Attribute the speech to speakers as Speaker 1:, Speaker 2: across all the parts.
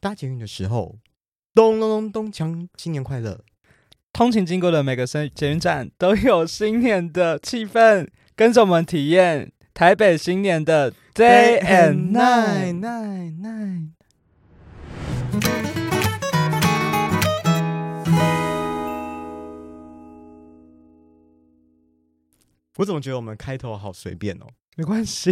Speaker 1: 搭捷运的时候，咚咚咚咚锵，新年快乐！
Speaker 2: 通勤经过的每个生捷运站都有新年的气氛，跟着我们体验台北新年的 day and night。
Speaker 1: night night。我怎么觉得我们开头好随便哦？
Speaker 2: 没关系，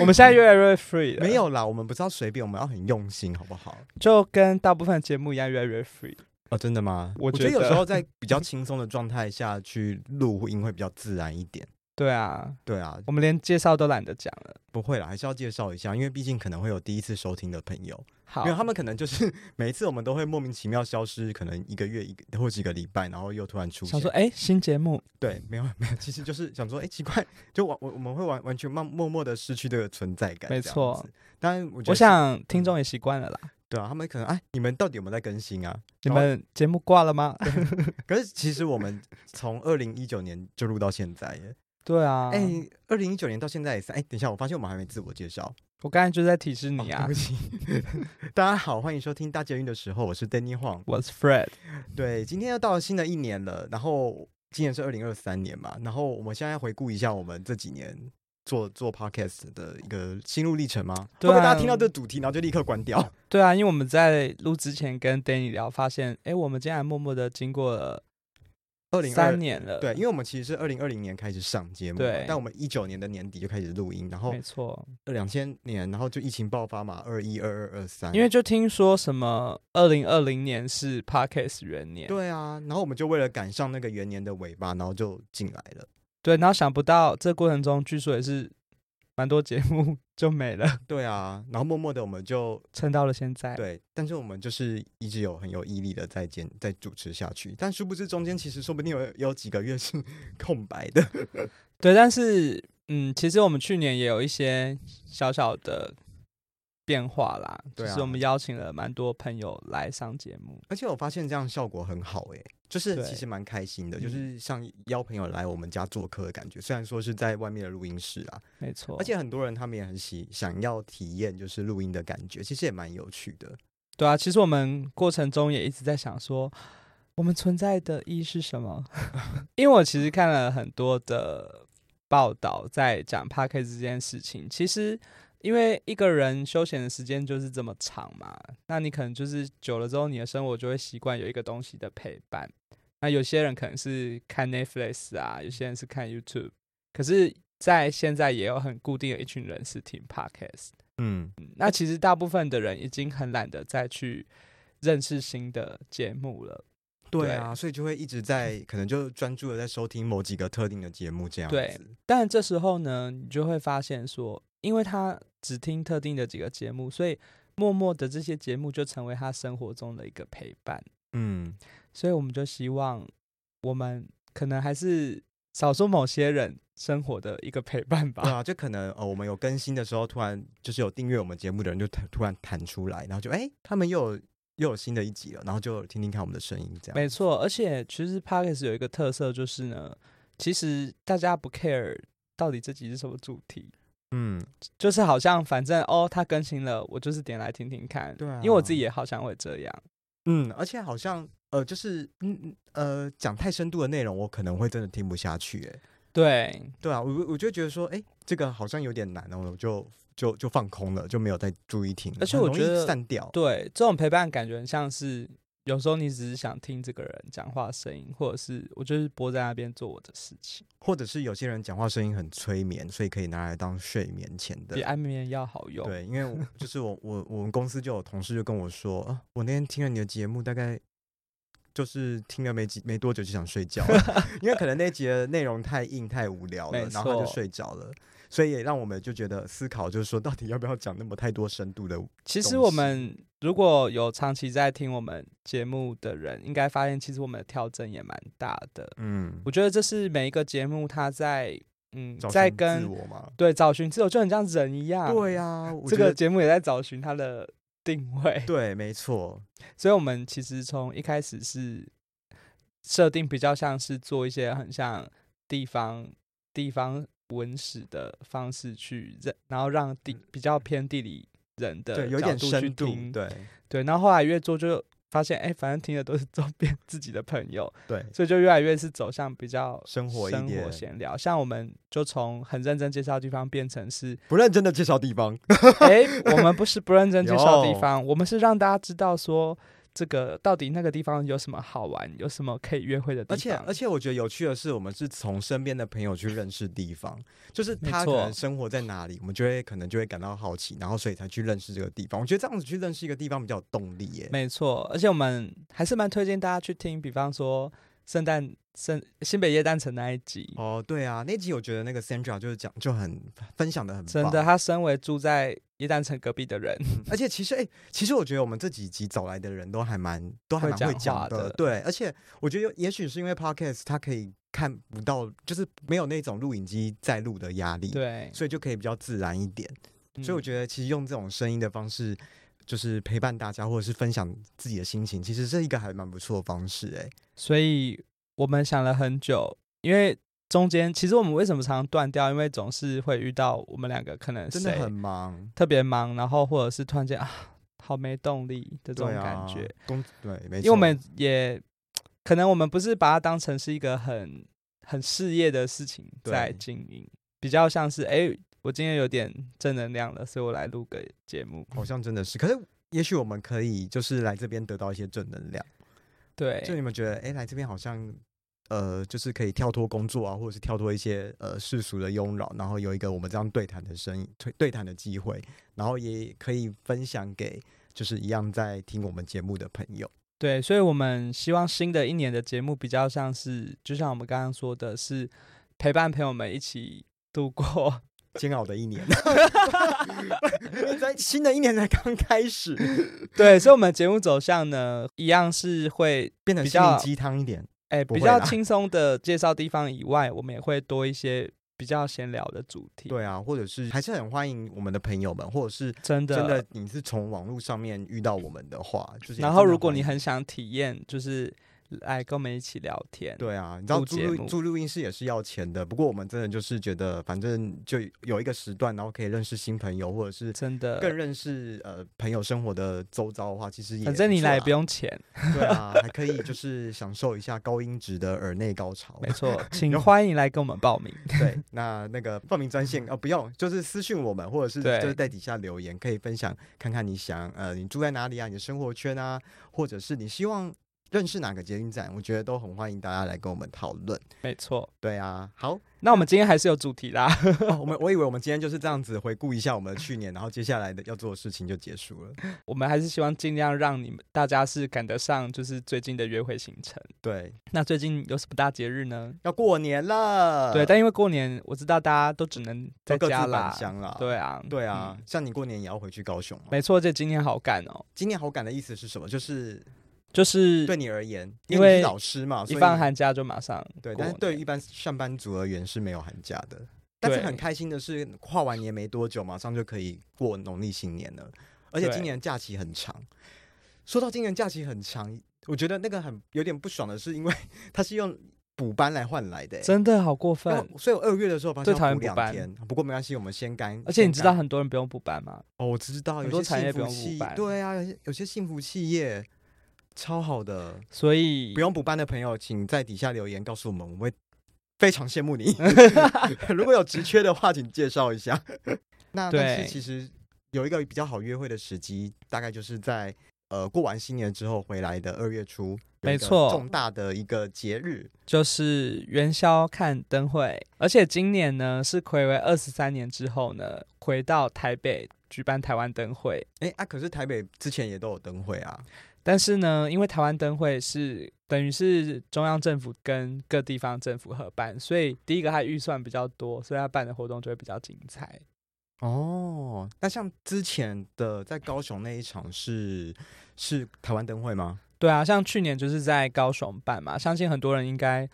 Speaker 2: 我们现在越来越 free 了，
Speaker 1: 没有啦，我们不是要随便，我们要很用心，好不好？
Speaker 2: 就跟大部分节目一样越来越 free。
Speaker 1: 哦，真的吗？
Speaker 2: 我
Speaker 1: 觉得
Speaker 2: 觉
Speaker 1: 有
Speaker 2: 得
Speaker 1: 时候 在比较轻松的状态下去录音会比较自然一点。
Speaker 2: 对啊，
Speaker 1: 对啊，
Speaker 2: 我们连介绍都懒得讲了。
Speaker 1: 不会啦，还是要介绍一下，因为毕竟可能会有第一次收听的朋友，
Speaker 2: 好
Speaker 1: 因为，他们可能就是 每一次我们都会莫名其妙消失，可能一个月一个或几个礼拜，然后又突然出
Speaker 2: 想
Speaker 1: 现
Speaker 2: 说。哎、新节目
Speaker 1: 对，没有没有，其实就是想说，哎、奇怪，就完我我们会完完全慢默默的失去这个存在感，
Speaker 2: 没错。
Speaker 1: 当然，我觉得
Speaker 2: 我
Speaker 1: 是
Speaker 2: 想听众也习惯了啦。
Speaker 1: 对啊，他们可能哎，你们到底有没有在更新啊？
Speaker 2: 你
Speaker 1: 然后
Speaker 2: 们节目挂了吗？
Speaker 1: 可是其实我们从二零一九年就录到现在耶，
Speaker 2: 对啊，
Speaker 1: 哎、二零一九年到现在也是。哎、等一下，我发现我们还没自我介绍。
Speaker 2: 我刚才就在提示你
Speaker 1: 哦
Speaker 2: 啊
Speaker 1: 对不，起。 大家好，欢迎收听大捷运的时候，我是 Danny Huang。
Speaker 2: 我是 Fred。
Speaker 1: 对，今天又到了新的一年了，然后今年是二零二三年嘛，然后我们现在回顾一下我们这几年。做做 podcast 的一个心路历程吗？
Speaker 2: 对
Speaker 1: 会
Speaker 2: 啊
Speaker 1: 不会大家听到这个主题，然后就立刻关掉？
Speaker 2: 对啊，因为我们在录之前跟 Danny 聊，发现哎，我们竟然默默的经过了
Speaker 1: 二零
Speaker 2: 三年了，
Speaker 1: 对，因为我们其实是二零二零年开始上节目嘛，
Speaker 2: 对
Speaker 1: 但我们一九年的年底就开始录音，然后
Speaker 2: 没错，
Speaker 1: 两千年，然后就疫情爆发嘛，二一、二二、二三，
Speaker 2: 因为就听说什么二零二零年是 Parkes 元年，
Speaker 1: 对啊，然后我们就为了赶上那个元年的尾巴，然后就进来了。
Speaker 2: 对然后想不到这过程中据说也是蛮多节目就没 了，
Speaker 1: 对啊，然后默默的我们就
Speaker 2: 撑到了现在，
Speaker 1: 对，但是我们就是一直有很有毅力的在坚在主持下去，但殊不知中间其实说不定有有几个月是 空白的。
Speaker 2: 对，但是嗯，其实我们去年也有一些小小的变化啦，
Speaker 1: 对啊
Speaker 2: 就是我们邀请了蛮多朋友来上节目，
Speaker 1: 而且我发现这样效果很好诶、就是
Speaker 2: 对
Speaker 1: 其实蛮开心的，就
Speaker 2: 嗯
Speaker 1: 是像邀朋友来我们家做客的感觉。虽然说是在外面的录音室啊，
Speaker 2: 没错，
Speaker 1: 而且很多人他们也很喜想要体验就是录音的感觉，其实也蛮有趣的。
Speaker 2: 对啊，其实我们过程中也一直在想说，我们存在的意义是什么？ 因为我其实看了很多的报道，在讲 p a r k 这件事情。其实，因为一个人休闲的时间就是这么长嘛，那你可能就是久了之后，你的生活就会习惯有一个东西的陪伴。那有些人可能是看 Netflix 啊，有些人是看 YouTube，可是，在现在也有很固定的一群人是听 Podcast。
Speaker 1: 嗯，
Speaker 2: 那其实大部分的人已经很懒得再去认识新的节目了。
Speaker 1: 对啊，所以就会一直在可能就专注的在收听某几个特定的节目这样
Speaker 2: 对
Speaker 1: 子。
Speaker 2: 但这时候呢，你就会发现说，因为他只听特定的几个节目，所以默默的这些节目就成为他生活中的一个陪伴。
Speaker 1: 嗯，
Speaker 2: 所以我们就希望，我们可能还是少数某些人生活的一个陪伴吧。
Speaker 1: 对 啊，就可能哦，我们有更新的时候，突然就是有订阅我们节目的人就突突然弹出来，然后就哎，他们又有又有新的一集了，然后就听听看我们的声音这样。
Speaker 2: 没错，而且其实 Podcast 有一个特色就是呢，其实大家不 care 到底这集是什么主题，
Speaker 1: 嗯，
Speaker 2: 就是好像反正哦，它更新了，我就是点来听听看。
Speaker 1: 对啊
Speaker 2: 因为我自己也好像会这样。
Speaker 1: 嗯，而且好像呃，就是嗯嗯呃，讲太深度的内容，我可能会真的听不下去哎。
Speaker 2: 对，
Speaker 1: 对啊，我我就觉得说，哎，这个好像有点难哦，我就就就放空了，就没有再注意听了，
Speaker 2: 而且
Speaker 1: 很
Speaker 2: 我
Speaker 1: 容
Speaker 2: 觉
Speaker 1: 易
Speaker 2: 得
Speaker 1: 散掉。
Speaker 2: 对，这种陪伴感觉很像是有时候你只是想听这个人讲话声音，或者是我就是播在那边做我的事情，
Speaker 1: 或者是有些人讲话声音很催眠，所以可以拿来当睡眠前的
Speaker 2: 比。安眠药好用。
Speaker 1: 对，因为我就是我我我们公司就有同事就跟我说，啊，我那天听了你的节目，大概就是听了没几没多久就想睡觉了， 因为可能那集的内容太硬太无聊了
Speaker 2: 没，
Speaker 1: 然后他就
Speaker 2: 错
Speaker 1: 睡着了，所以也让我们就觉得思考，就是说到底要不要讲那么太多深度的，
Speaker 2: 其实
Speaker 1: 东
Speaker 2: 我
Speaker 1: 西
Speaker 2: 们如果有长期在听我们节目的人，应该发现其实我们的调整也蛮大的。
Speaker 1: 嗯，
Speaker 2: 我觉得这是每一个节目它在嗯
Speaker 1: 找
Speaker 2: 在
Speaker 1: 寻自
Speaker 2: 跟
Speaker 1: 我嘛，
Speaker 2: 对找寻自我，就很像人一样。
Speaker 1: 对呀，我
Speaker 2: 这
Speaker 1: 觉
Speaker 2: 个
Speaker 1: 得
Speaker 2: 节目也在找寻它的定位，
Speaker 1: 对，没错，
Speaker 2: 所以我们其实从一开始是设定比较像是做一些很像地方地方文史的方式去认，然后让地比较偏地理人的
Speaker 1: 嗯对，有一
Speaker 2: 角
Speaker 1: 点
Speaker 2: 度去
Speaker 1: 深度
Speaker 2: 听，
Speaker 1: 对
Speaker 2: 对，然后后来越做就发现，哎，反正听的都是周边自己的朋友，
Speaker 1: 对，
Speaker 2: 所以就越来越是走向比较
Speaker 1: 生活一
Speaker 2: 生活
Speaker 1: 点
Speaker 2: 闲聊。像我们就从很认真介绍地方变成是，
Speaker 1: 不认真的介绍地方，
Speaker 2: 哎，我们不是不认真介绍地
Speaker 1: 有
Speaker 2: 方，我们是让大家知道说这个到底那个地方有什么好玩，有什么可以约会的地方。
Speaker 1: 而且而且我觉得有趣的是，我们是从身边的朋友去认识地方，就是
Speaker 2: 没
Speaker 1: 他可
Speaker 2: 错
Speaker 1: 能生活在哪里，我们就会可能就会感到好奇，然后所以才去认识这个地方。我觉得这样子去认识一个地方比较有动力耶。
Speaker 2: 没错，而且我们还是蛮推荐大家去听，比方说圣诞圣新北夜诞城那一集。
Speaker 1: 哦，对啊，那集我觉得那个 Sandra 就是讲就很分享的很棒
Speaker 2: 真的，，他身为住在夜诞城隔壁的人，
Speaker 1: 嗯而且其实哎、其实我觉得我们这几集找来的人都还蛮都还
Speaker 2: 会
Speaker 1: 蛮
Speaker 2: 讲
Speaker 1: 会讲
Speaker 2: 话的
Speaker 1: 对，而且我觉得有也许是因为 Podcast 它可以看不到，就是没有那种录影机在录的压力，，
Speaker 2: 对，嗯
Speaker 1: 所以就可以比较自然一点。所以我
Speaker 2: 得
Speaker 1: 觉得，其实用这种声音的方式，就是陪伴大家，或者是分享自己的心情，其实是一个还蛮不错的方式、欸。哎，
Speaker 2: 所以我们想了很久，因为中间其实我们为什么常常断掉，因为总是会遇到我们两个可能
Speaker 1: 真的
Speaker 2: 谁
Speaker 1: 很忙，
Speaker 2: 特别忙，然后或者是突然间啊，好没动力的这种
Speaker 1: 对啊
Speaker 2: 感觉，
Speaker 1: 工对，没错，
Speaker 2: 因为我们也可能我们不是把它当成是一个很很事业的事情
Speaker 1: 对
Speaker 2: 在经营，比较像是哎、我今天有点正能量了，所以我来录个节目，
Speaker 1: 好像真的是，可是也许我们可以就是来这边得到一些正能量。
Speaker 2: 对，
Speaker 1: 就你们觉得，哎、来这边好像。呃，就是可以跳脱工作啊，或者是跳脱一些呃世俗的庸扰，然后有一个我们这样对谈的声音、对对谈的机会，然后也可以分享给就是一样在听我们节目的朋友。
Speaker 2: 对，所以我们希望新的一年的节目比较像是，就像我们刚刚说的是陪伴朋友们一起度过。
Speaker 1: 煎熬的一年， 在新的一年才刚开始，
Speaker 2: 对，所以我们节目走向呢，一样是会
Speaker 1: 变得
Speaker 2: 比
Speaker 1: 心
Speaker 2: 较
Speaker 1: 灵鸡汤一点。
Speaker 2: 哎
Speaker 1: 不
Speaker 2: 比
Speaker 1: 会
Speaker 2: 较
Speaker 1: 啦
Speaker 2: 轻松的介绍地方以外，我们也会多一些比较闲聊的主题。，
Speaker 1: 对啊，或者是还是很欢迎我们的朋友们，或者是
Speaker 2: 真的
Speaker 1: 真的你是从网络上面遇到我们的话，就是也
Speaker 2: 然
Speaker 1: 真
Speaker 2: 后
Speaker 1: 的
Speaker 2: 如果
Speaker 1: 欢
Speaker 2: 你
Speaker 1: 迎
Speaker 2: 很想体验，就是来跟我们一起聊天。
Speaker 1: 对啊，你知道
Speaker 2: 录
Speaker 1: 租
Speaker 2: 节
Speaker 1: 录
Speaker 2: 目
Speaker 1: 租录音室也是要钱的，不过我们真的就是觉得反正就有一个时段，然后可以认识新朋友，或者是。
Speaker 2: 真的，
Speaker 1: 更认识呃朋友生活的周遭的话，其实也
Speaker 2: 反正你来也
Speaker 1: 不
Speaker 2: 不
Speaker 1: 错
Speaker 2: 用 钱，
Speaker 1: 啦对啊，还可以就是享受一下高音质的耳内高潮
Speaker 2: 没。错，请
Speaker 1: 有
Speaker 2: 欢迎来跟我们报名。
Speaker 1: 对，那那个报名专线啊、呃不用，就是私讯我们，或者是
Speaker 2: 对
Speaker 1: 就是在底下留言，可以分享看看你想呃你住在哪里啊，你的生活圈啊，或者是你希望认识哪个捷运站，我觉得都很欢迎大家来跟我们讨论。
Speaker 2: 没错，
Speaker 1: 对啊，好，
Speaker 2: 那我们今天还是有主题啦。
Speaker 1: 哦、我们我以为我们今天就是这样子回顾一下我们的去年，然后接下来的要做的事情就结束了。
Speaker 2: 我们还是希望尽量让你们大家是赶得上，就是最近的约会行程。
Speaker 1: 对，
Speaker 2: 那最近有什么大节日呢？
Speaker 1: 要过年了，
Speaker 2: 对，但因为过年，我知道大家都只能在
Speaker 1: 呃都各自
Speaker 2: 家
Speaker 1: 返
Speaker 2: 啦。
Speaker 1: 乡了。
Speaker 2: 对啊，
Speaker 1: 对啊，
Speaker 2: 嗯
Speaker 1: 像你过年也要回去高雄吗？
Speaker 2: 没错，这今天好赶哦，
Speaker 1: 今年好感的意思是什么？就是
Speaker 2: 就是
Speaker 1: 对你而言，
Speaker 2: 因
Speaker 1: 因为你
Speaker 2: 为
Speaker 1: 是老师嘛，
Speaker 2: 一
Speaker 1: 所以
Speaker 2: 放寒假就马上
Speaker 1: 对，
Speaker 2: 过
Speaker 1: 但是对于
Speaker 2: 年
Speaker 1: 一般上班族而言是没有寒假的。但是
Speaker 2: 对
Speaker 1: 很开心的是，跨完年没多久，马上就可以过农历新年了，而且
Speaker 2: 对
Speaker 1: 今年假期很长。说到今年假期很长，我觉得那个很有点不爽的是，因为 它是用补班来换来的、欸，
Speaker 2: 真的好过
Speaker 1: 然
Speaker 2: 分
Speaker 1: 后。所以我二月的时候发
Speaker 2: 最
Speaker 1: 现
Speaker 2: 讨
Speaker 1: 要
Speaker 2: 厌
Speaker 1: 补
Speaker 2: 补
Speaker 1: 两
Speaker 2: 班
Speaker 1: 天，不过没关系，我们先干。
Speaker 2: 而且你
Speaker 1: 先
Speaker 2: 知道
Speaker 1: 干
Speaker 2: 很多人不用补班吗？
Speaker 1: 哦，我知道
Speaker 2: 很
Speaker 1: 有
Speaker 2: 多
Speaker 1: 些
Speaker 2: 产业
Speaker 1: 幸
Speaker 2: 不
Speaker 1: 福
Speaker 2: 用补
Speaker 1: 企
Speaker 2: 班
Speaker 1: 对啊，有些有些幸福企业超好的，
Speaker 2: 所以
Speaker 1: 不用补班的朋友，请在底下留言告诉我们，我们会非常羡慕你。 如果有职缺的话，请介绍一下。那但
Speaker 2: 对
Speaker 1: 是其实有一个比较好约会的时机，大概就是在呃过完新年之后回来的二月初，有一
Speaker 2: 没
Speaker 1: 个
Speaker 2: 错
Speaker 1: 重大的一个节日，
Speaker 2: 就是元宵看灯会，而且今年呢是暌违二十三年之后呢，回到台北举办台湾灯会。
Speaker 1: 哎啊，可是台北之前也都有灯会啊，
Speaker 2: 但是呢，因为台湾灯会是等于是中央政府跟各地方政府合办，所以第一个它预算比较多，所以它办的活动就会比较精彩。
Speaker 1: 哦，那像之前的在高雄那一场是是台湾灯会吗？
Speaker 2: 对啊，像去年就是在高雄办嘛，相信很多人应该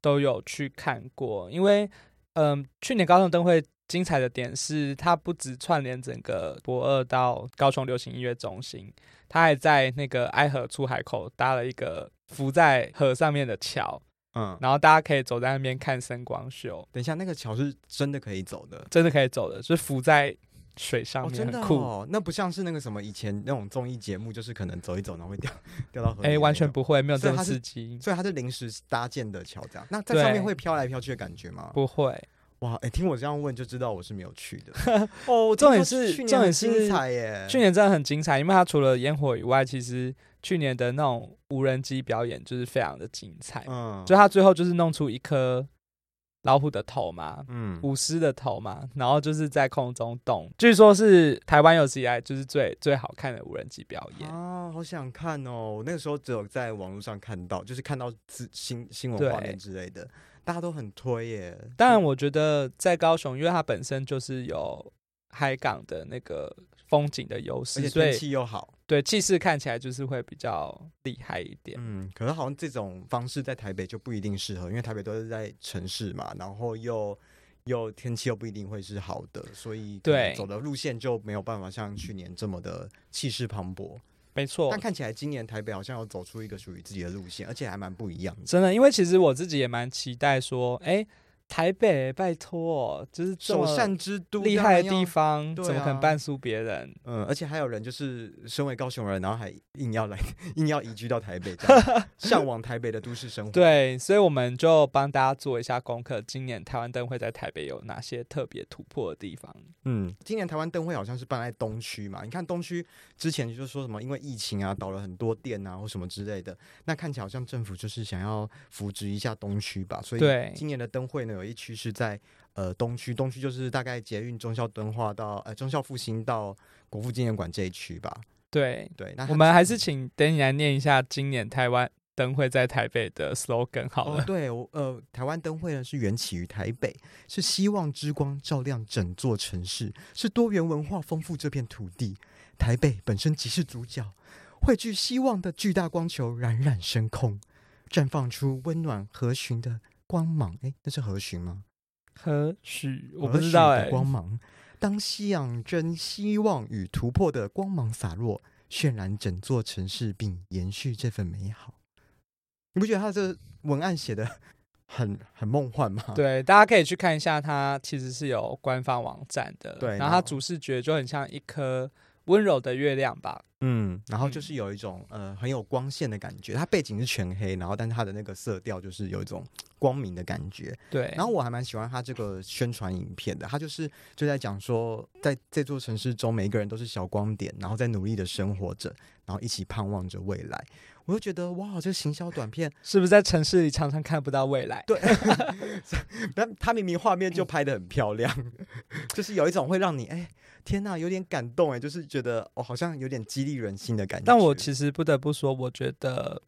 Speaker 2: 都有去看过，因为嗯、去年高雄灯会精彩的点是，它不只串联整个博二到高雄流行音乐中心，它还在那个爱河出海口搭了一个浮在河上面的桥，
Speaker 1: 嗯，
Speaker 2: 然后大家可以走在那边看声光秀。
Speaker 1: 等一下，那个桥是真的可以走的，
Speaker 2: 真的可以走的，就是浮在水上
Speaker 1: 哦，
Speaker 2: 面，
Speaker 1: 真的
Speaker 2: 很酷。
Speaker 1: 哦，那不像是那个什么以前那种综艺节目，就是可能走一走然后会掉掉到河里
Speaker 2: 哎、
Speaker 1: 的
Speaker 2: 完
Speaker 1: 那
Speaker 2: 全
Speaker 1: 种，
Speaker 2: 不会，没有
Speaker 1: 所
Speaker 2: 这
Speaker 1: 以
Speaker 2: 么
Speaker 1: 它是
Speaker 2: 刺激，
Speaker 1: 所以它是临时搭建的桥，这样。那在上
Speaker 2: 对
Speaker 1: 面会飘来飘去的感觉吗？
Speaker 2: 不会。
Speaker 1: 哇，哎、听我这样问就知道我是没有去的。 哦，
Speaker 2: 重点
Speaker 1: 听说
Speaker 2: 是
Speaker 1: 去年
Speaker 2: 重点
Speaker 1: 很精
Speaker 2: 是
Speaker 1: 彩耶，
Speaker 2: 去年真的很精彩，因为它除了烟火以外，其实去年的那种无人机表演就是非常的精彩。
Speaker 1: 嗯，
Speaker 2: 就他最后就是弄出一颗老虎的头嘛，
Speaker 1: 嗯
Speaker 2: 舞狮的头嘛，然后就是在空中动，据说是台湾有史以来就是最最好看的无人机表演。
Speaker 1: 啊，好想看哦！我那个时候只有在网络上看到，就是看到资新新闻画
Speaker 2: 对
Speaker 1: 面之类的，大家都很推耶。
Speaker 2: 当然，我觉得在高雄，因为它本身就是有海港的那个风景的优
Speaker 1: 而
Speaker 2: 势，
Speaker 1: 且
Speaker 2: 所
Speaker 1: 天
Speaker 2: 以
Speaker 1: 气又好，
Speaker 2: 对气势看起来就是会比较厉害一点。
Speaker 1: 嗯，可是好像这种方式在台北就不一定适合，因为台北都是在城市嘛，然后又又天气又不一定会是好的，所以可能
Speaker 2: 对
Speaker 1: 走的路线就没有办法像去年这么的气势磅礴。
Speaker 2: 没错
Speaker 1: 但，看起来今年台北好像有走出一个属于自己的路线，而且还蛮不一样的。
Speaker 2: 真的，因为其实我自己也蛮期待说，哎、台北拜托、就是这
Speaker 1: 首
Speaker 2: 么
Speaker 1: 善之都，
Speaker 2: 厉
Speaker 1: 当
Speaker 2: 害
Speaker 1: 然要
Speaker 2: 的地方，
Speaker 1: 对
Speaker 2: 怎么可能
Speaker 1: 啊
Speaker 2: 半输别人？
Speaker 1: 嗯，而且还有人就是身为高雄人，然后还硬要来 硬要移居到台北，这 样向往台北的都市生活。，
Speaker 2: 对，所以我们就帮大家做一下功课。今年台湾灯会在台北有哪些特别突破的地方？
Speaker 1: 嗯，今年台湾灯会好像是办在东区嘛，你看东区之前就说什么因为疫情啊倒了很多店啊或什么之类的，那看起来好像政府就是想要扶植一下东区吧，所以
Speaker 2: 对
Speaker 1: 今年的灯会呢有一区是在呃东区，东区就是大概捷运忠孝敦化到呃忠孝复兴到国父纪念馆这一区吧，
Speaker 2: 对，
Speaker 1: 对，那它
Speaker 2: 我们还是请 d a 来念一下今年台湾灯会在台北的 slogan 好
Speaker 1: 哦
Speaker 2: 了。，
Speaker 1: 对，我呃，台湾灯会呢是缘起于台北，是希望之光照亮整座城市，是多元文化丰富这片土地。台北本身即是主角，汇聚希望的巨大光球冉冉升空，绽放出温暖和煦的光芒。诶，那是和煦吗？
Speaker 2: 何许？我
Speaker 1: 和
Speaker 2: 不知
Speaker 1: 煦
Speaker 2: 道
Speaker 1: 的
Speaker 2: 哎、
Speaker 1: 光芒，当夕阳真希望与突破的光芒洒落，渲染整座城市，并延续这份美好。你不觉得他这文案写的很很梦幻吗？，
Speaker 2: 对，啊大家可以去看一下，它其实是有官方网站的。
Speaker 1: 对
Speaker 2: 然后
Speaker 1: 然
Speaker 2: 它
Speaker 1: 后
Speaker 2: 主视觉就很像一颗温柔的月亮吧。
Speaker 1: 嗯，然后
Speaker 2: 嗯
Speaker 1: 就是有一种呃很有光线的感觉，它背景是全黑，然后但是它的那个色调就是有一种光明的感觉，
Speaker 2: 对，
Speaker 1: 然后我还蛮喜欢他这个宣传影片的，他就是就在讲说，在这座城市中，每一个人都是小光点，然后在努力的生活着，然后一起盼望着未来。我就觉得哇，这个行销短 片，
Speaker 2: 是不是在城市里常常看不到未来？
Speaker 1: 但他明明画面就拍的很漂亮，就是有一种会让你哎、天呐，有点感动哎，就是觉得哦，好像有点激励人心的感觉。
Speaker 2: 但我其实不得不说，我觉得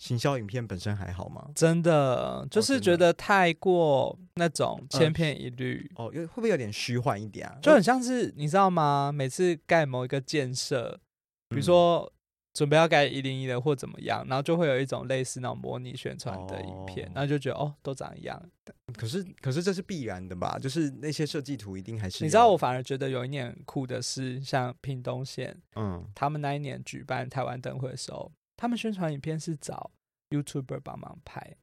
Speaker 1: 行销影片本身还好吗？
Speaker 2: 真的就
Speaker 1: 哦
Speaker 2: 是
Speaker 1: 真
Speaker 2: 觉
Speaker 1: 的
Speaker 2: 得太过那种
Speaker 1: 呃
Speaker 2: 千篇一律，
Speaker 1: 哦，有会不会有点虚幻一点啊？
Speaker 2: 就很像是你知道吗？每次盖某一个建设，比
Speaker 1: 嗯
Speaker 2: 如说准备要盖一零一了或怎么样，然后就会有一种类似那种模拟宣传的影片，
Speaker 1: 哦
Speaker 2: 然后就觉得哦都长一样。
Speaker 1: 可是可是这是必然的吧？就是那些设计图一定还是哦
Speaker 2: 你知道
Speaker 1: 有
Speaker 2: 我反而觉得有一年很酷的是，像屏东县
Speaker 1: 嗯
Speaker 2: 他们那一年举办台湾灯会的时候，他们宣传影片是找 YouTuber 帮忙拍，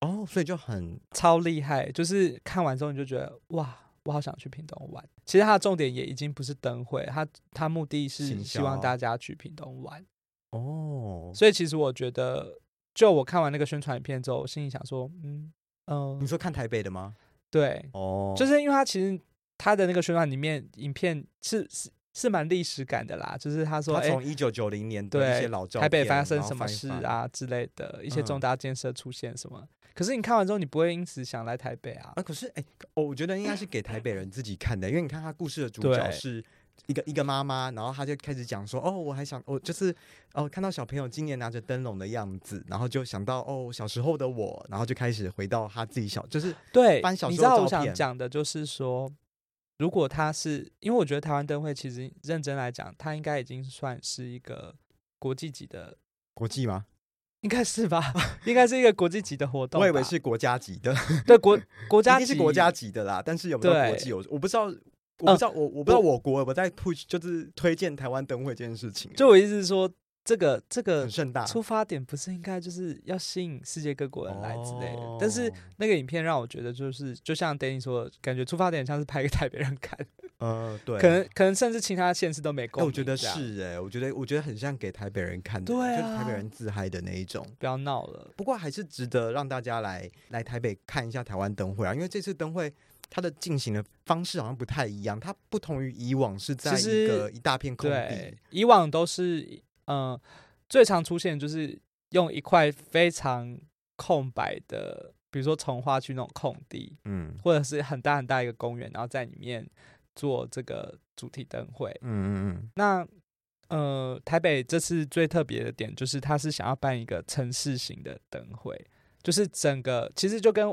Speaker 1: 哦，所以就很
Speaker 2: 超厉害，就是看完之后你就觉得哇，我好想去屏东玩。其实它的重点也已经不是灯会，它它目的是
Speaker 1: 行
Speaker 2: 希
Speaker 1: 销啊
Speaker 2: 望大家去屏东玩。
Speaker 1: 哦，
Speaker 2: 所以其实我觉得，就我看完那个宣传影片之后，我心里想说，嗯嗯、
Speaker 1: 你说看台北的吗？
Speaker 2: 对，
Speaker 1: 哦，
Speaker 2: 就是是因为它其实它的那个宣传里面影片是是是蛮历史感的啦，就是他
Speaker 1: 他
Speaker 2: 说哎。
Speaker 1: 从一九九零年的一
Speaker 2: 对
Speaker 1: 些老照
Speaker 2: 台北
Speaker 1: 片
Speaker 2: 发生
Speaker 1: 然后
Speaker 2: 什么
Speaker 1: 翻一
Speaker 2: 事
Speaker 1: 翻？
Speaker 2: 啊之类的一些重
Speaker 1: 嗯
Speaker 2: 大建设出现什么，可是你看完之后，你不会因此想来台北啊
Speaker 1: 啊，？可是哎、哦，我觉得应该是给台北人自己看的，因为你看他故事的主角
Speaker 2: 对
Speaker 1: 是。一个一个妈妈，然后她就开始讲说，哦，我还想，我、就是，哦，看到小朋友今年拿着灯笼的样子，然后就想到，哦，小时候的我，然后就开始回到他自己小，就是
Speaker 2: 对，
Speaker 1: 翻小
Speaker 2: 你
Speaker 1: 时
Speaker 2: 知
Speaker 1: 候
Speaker 2: 道
Speaker 1: 的
Speaker 2: 我
Speaker 1: 照
Speaker 2: 想
Speaker 1: 片
Speaker 2: 讲的就是说，如果他是因为我觉得台湾灯会其实认真来讲，它应该已经算是一个国际级的，
Speaker 1: 国际吗？
Speaker 2: 应该是 吧？应该是一个国际级的活动吧。
Speaker 1: 我以为是国家级的，
Speaker 2: 对国 国
Speaker 1: 一
Speaker 2: 家
Speaker 1: 定是
Speaker 2: 级
Speaker 1: 国家级的啦，但是有没有国
Speaker 2: 对嗯
Speaker 1: 际，我我不知道，我不知道，我我不知道我国我在 push 就是推荐台湾灯会这件事情，
Speaker 2: 就我意思是说，这个这个
Speaker 1: 很盛大，
Speaker 2: 出发点不是应该就是要吸引世界各国人来之类的，但是
Speaker 1: 哦。
Speaker 2: 那个影片让我觉得就是，就像 Danny 说的，感觉出发点像是拍给台北人看。
Speaker 1: 呃，对，
Speaker 2: 可能可能甚至其他县市都没
Speaker 1: 哎、
Speaker 2: 共鸣、
Speaker 1: 我觉得
Speaker 2: 这样
Speaker 1: 是哎、我觉得我觉得很像给台北人看的，就
Speaker 2: 对
Speaker 1: 是台北
Speaker 2: 啊
Speaker 1: 人自嗨的那一种。
Speaker 2: 不要闹了，
Speaker 1: 不过还是值得让大家来来台北看一下台湾灯会啊，因为这次灯会它的进行的方式好像不太一样，它不同于以往是在
Speaker 2: 其实
Speaker 1: 一个一大片空
Speaker 2: 对
Speaker 1: 地，，
Speaker 2: 以往都是嗯、呃最常出现就是用一块非常空白的，比如说从化区那种空地，
Speaker 1: 嗯
Speaker 2: 或者是很大很大一个公园，然后在里面做这个主题灯会。
Speaker 1: 嗯嗯
Speaker 2: 那呃，台北这次最特别的点就是，它是想要办一个城市型的灯会，就是整个其实就跟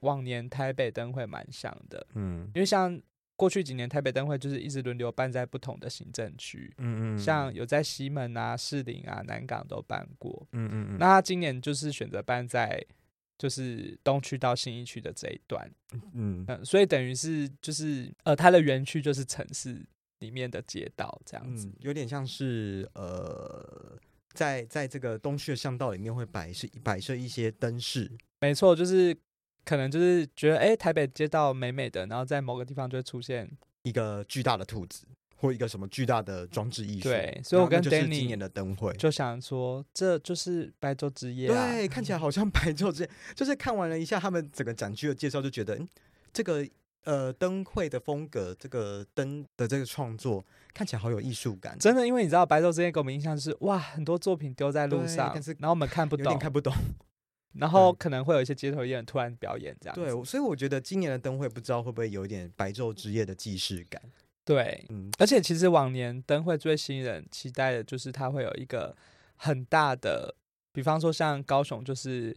Speaker 2: 往年台北灯会蛮像的，
Speaker 1: 嗯
Speaker 2: 因为像过去几年台北灯会就是一直轮流办在不同的行政区，
Speaker 1: 嗯嗯，
Speaker 2: 像有在西门啊、士林啊、南港都办过。
Speaker 1: 嗯嗯嗯，
Speaker 2: 那他今年就是选择办在就是东区到新一区的这一段，
Speaker 1: 嗯
Speaker 2: 嗯，所以等于是就是呃，它的园区就是城市里面的街道这样子。
Speaker 1: 嗯，有点像是呃。在在这个东区的巷道里面会摆设摆设一些灯饰，
Speaker 2: 没错，就是可能就是觉得哎、诶台北街道美美的，然后在某个地方就会出现。
Speaker 1: 一个巨大的兔子或一个什么巨大的装置艺术。
Speaker 2: 对所以我
Speaker 1: 然后那
Speaker 2: 跟
Speaker 1: 就是今
Speaker 2: Danny
Speaker 1: 年的灯会，
Speaker 2: 就想说，这就是白昼之夜啊！
Speaker 1: 对，看起来好像白昼之夜，就是看完了一下他们整个展区的介绍，就觉得，嗯，这个呃灯会的风格，这个灯的这个创作看起来好有艺术感，
Speaker 2: 真的，因为你知道白昼之夜给我们印象就是哇，很多作品丢在路
Speaker 1: 对
Speaker 2: 上，
Speaker 1: 但是
Speaker 2: 然后我们看不
Speaker 1: 有点
Speaker 2: 懂，
Speaker 1: 看不懂。
Speaker 2: 然后
Speaker 1: 对
Speaker 2: 可能会有一些街头艺人突然表演这样子。
Speaker 1: 对，我所以我觉得今年的灯会不知道会不会有一点白昼之夜的既视感。
Speaker 2: 对，
Speaker 1: 嗯，
Speaker 2: 而且其实往年灯会最吸引人期待的就是它会有一个很大的，比方说像高雄就是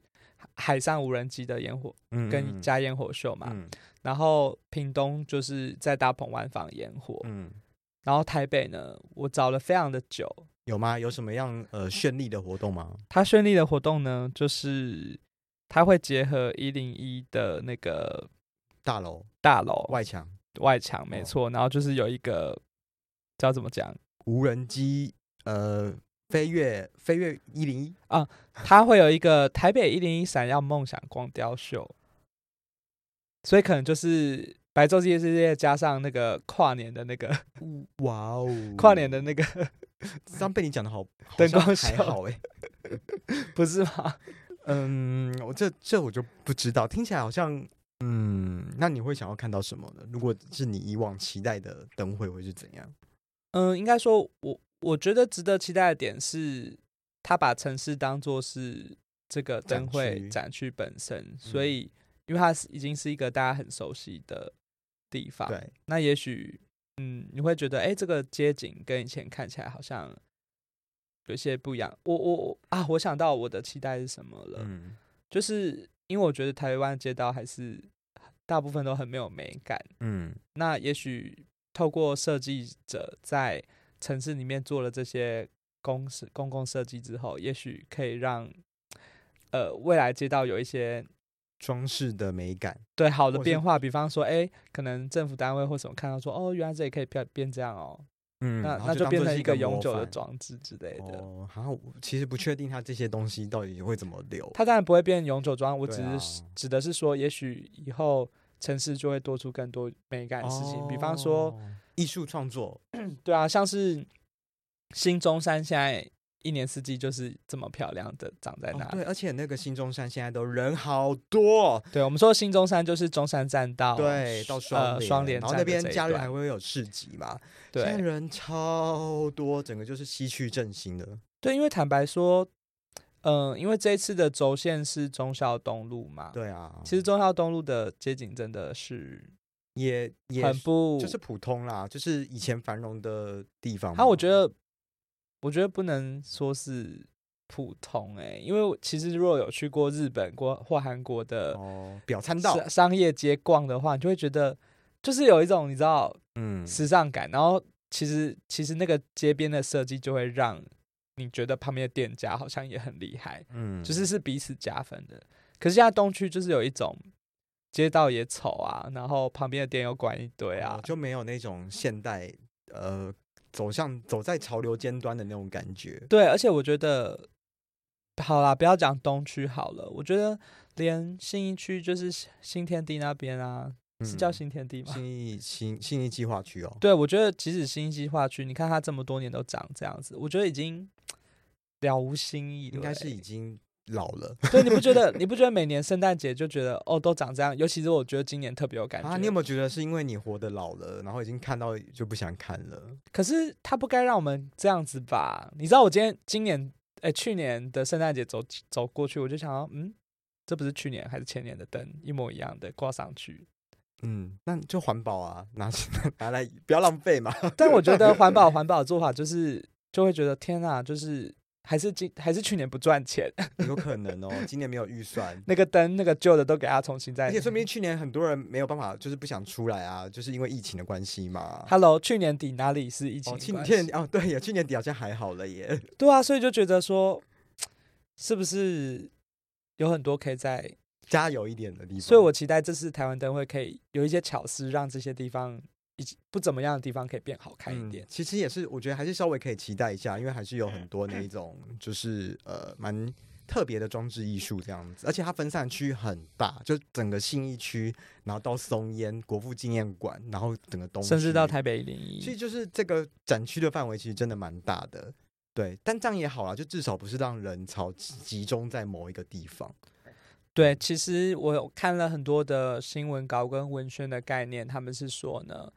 Speaker 2: 海上无人机的烟火
Speaker 1: 嗯
Speaker 2: 跟加烟火秀嘛，
Speaker 1: 嗯
Speaker 2: 然后屏东就是在大鹏湾放烟火，
Speaker 1: 嗯，
Speaker 2: 然后台北呢，我找了非常的久，
Speaker 1: 有吗？有什么样呃绚丽的活动吗？
Speaker 2: 它绚丽的活动呢，就是它会结合一零一的那个
Speaker 1: 大楼
Speaker 2: 大楼
Speaker 1: 外墙
Speaker 2: 外墙，没
Speaker 1: 哦
Speaker 2: 错，然后就是有一个叫怎么讲，
Speaker 1: 无人机呃飞跃飞跃一零一，
Speaker 2: 它会有一个台北一零一闪耀梦想光雕秀，所以可能就是白昼之夜之夜加上那个跨年的那个
Speaker 1: 哇哦！
Speaker 2: 跨年的那个
Speaker 1: 这样被你讲的好，好
Speaker 2: 灯
Speaker 1: 像
Speaker 2: 光
Speaker 1: 还
Speaker 2: 秀
Speaker 1: 好哎、
Speaker 2: 不是吗？
Speaker 1: 嗯，我这这我就不知道，听起来好像，嗯，那你会想要看到什么呢？如果是你以往期待的灯会会是怎样？
Speaker 2: 嗯，应该说我我觉得值得期待的点是，他把城市当做是这个灯
Speaker 1: 展
Speaker 2: 会
Speaker 1: 区嗯
Speaker 2: 展区本身，所以因为它是已经是一个大家很熟悉的地方，
Speaker 1: 对，
Speaker 2: 那也许，嗯，你会觉得，哎、这个街景跟以前看起来好像有些不一样。我我我啊，我想到我的期待是什么了，
Speaker 1: 嗯
Speaker 2: 就是因为我觉得台湾街道还是大部分都很没有美感。
Speaker 1: 嗯
Speaker 2: 那也许透过设计者在城市里面做了这些公司公共设计之后，也许可以让呃未来街道有一些
Speaker 1: 装饰的美感，
Speaker 2: 对好的
Speaker 1: 或是
Speaker 2: 变化，比方说，哎、可能政府单位或什么看到说，哦，原来这里可以变变这样哦，
Speaker 1: 嗯，
Speaker 2: 那
Speaker 1: 然后
Speaker 2: 那
Speaker 1: 就
Speaker 2: 变
Speaker 1: 当作
Speaker 2: 成
Speaker 1: 是
Speaker 2: 一
Speaker 1: 个
Speaker 2: 个永
Speaker 1: 模
Speaker 2: 久的
Speaker 1: 范
Speaker 2: 装置之类的。
Speaker 1: 哦，好像我其实不确定它这些东西到底会怎么留。
Speaker 2: 它当然不会变永久装，我
Speaker 1: 对
Speaker 2: 只是
Speaker 1: 啊
Speaker 2: 指的是说，也许以后城市就会多出更多美感的事情，比方说，
Speaker 1: 哦艺术创作，
Speaker 2: 对啊，像是新中山现在一年四季就是这么漂亮的长在那
Speaker 1: 哦
Speaker 2: 里。
Speaker 1: 对，而且那个新中山现在都人好多，
Speaker 2: 对，我们说的新中山就是中山站到
Speaker 1: 对，到双
Speaker 2: 呃双连
Speaker 1: 然后
Speaker 2: 站
Speaker 1: 那
Speaker 2: 的
Speaker 1: 边
Speaker 2: 这一
Speaker 1: 假日
Speaker 2: 段
Speaker 1: 还会有市集嘛，现在
Speaker 2: 对
Speaker 1: 人超多，整个就是西区振兴的。
Speaker 2: 对，因为坦白说，嗯、因为这一次的轴线是忠孝东路嘛，，
Speaker 1: 对啊，
Speaker 2: 其实忠孝东路的街景真的是
Speaker 1: 也也
Speaker 2: 很
Speaker 1: 是
Speaker 2: 不，
Speaker 1: 就是普通啦，就是以前繁荣的地方嘛。
Speaker 2: 啊它我觉得我觉得不能说是。普通哎、因为我其实如果有去过日本过或韩国的
Speaker 1: 哦，表参道，
Speaker 2: 商商业街逛的话，你就会觉得就是有一种你知道
Speaker 1: 嗯，
Speaker 2: 时尚感，然后其实其实那个街边的设计就会让你觉得旁边的店家好像也很厉害，
Speaker 1: 嗯，
Speaker 2: 就是是彼此加分的。可是现在东区就是有一种街道也丑啊，然后旁边的店又管一堆
Speaker 1: 哦
Speaker 2: 啊，
Speaker 1: 就没有那种现代呃走向走在潮流尖端的那种感觉。
Speaker 2: 对，而且我觉得。好啦，不要讲东区好了，我觉得连信义区就是新天地那边啊，是叫
Speaker 1: 嗯
Speaker 2: 新天地吗？
Speaker 1: 信义新信义计划区哦，
Speaker 2: 对，我觉得即使新计划区，你看它这么多年都长这样子，我觉得已经了无新意了欸。
Speaker 1: 应该是已经老了
Speaker 2: 对，你不觉得？你不觉得每年圣诞节就觉得哦，都长这样？尤其是我觉得今年特别有感觉。
Speaker 1: 啊！你有没有觉得是因为你活得老了，然后已经看到就不想看了？
Speaker 2: 可是它不该让我们这样子吧？你知道我今天今年哎、去年的圣诞节走走过去，我就想到，嗯，这不是去年还是前年的灯一模一样的挂 上去？
Speaker 1: 嗯，那就环保啊，拿 拿来不要浪费嘛。
Speaker 2: 但我觉得环保环保的做法就是就会觉得天啊，就是还是今还是去年不赚钱， 。
Speaker 1: 有可能哦，今年没有预算
Speaker 2: 那个灯那个旧的都给它重新再
Speaker 1: 而且说明去年很多人没有办法，就是不想出来啊，就是因为疫情的关系嘛。
Speaker 2: Hello，去年底哪里是疫情
Speaker 1: 哦，
Speaker 2: 关
Speaker 1: 去
Speaker 2: 系？
Speaker 1: 年哦，对呀，去年底好像还好了耶。
Speaker 2: 对啊，所以就觉得说，是不是有很多可以在？
Speaker 1: 加油一点的地方。
Speaker 2: 所以我期待这次台湾灯会可以有一些巧思，让这些地方以及不怎么样的地方可以变好看一点
Speaker 1: 嗯。其实也是，我觉得还是稍微可以期待一下，因为还是有很多那一种就是呃蛮特别的装置艺术这样子，而且它分散区很大，就整个信义区，然后到松烟国父纪念馆，然后整个东，
Speaker 2: 甚至到
Speaker 1: 台。
Speaker 2: 台北一零
Speaker 1: 其实
Speaker 2: 一，
Speaker 1: 就是这个展区的范围其实真的蛮大的，对，但这样也好啦，就至少不是让人潮集集中在某一个地方。
Speaker 2: 对，其实我有看了很多的新闻稿跟文宣的概念，他们是说呢，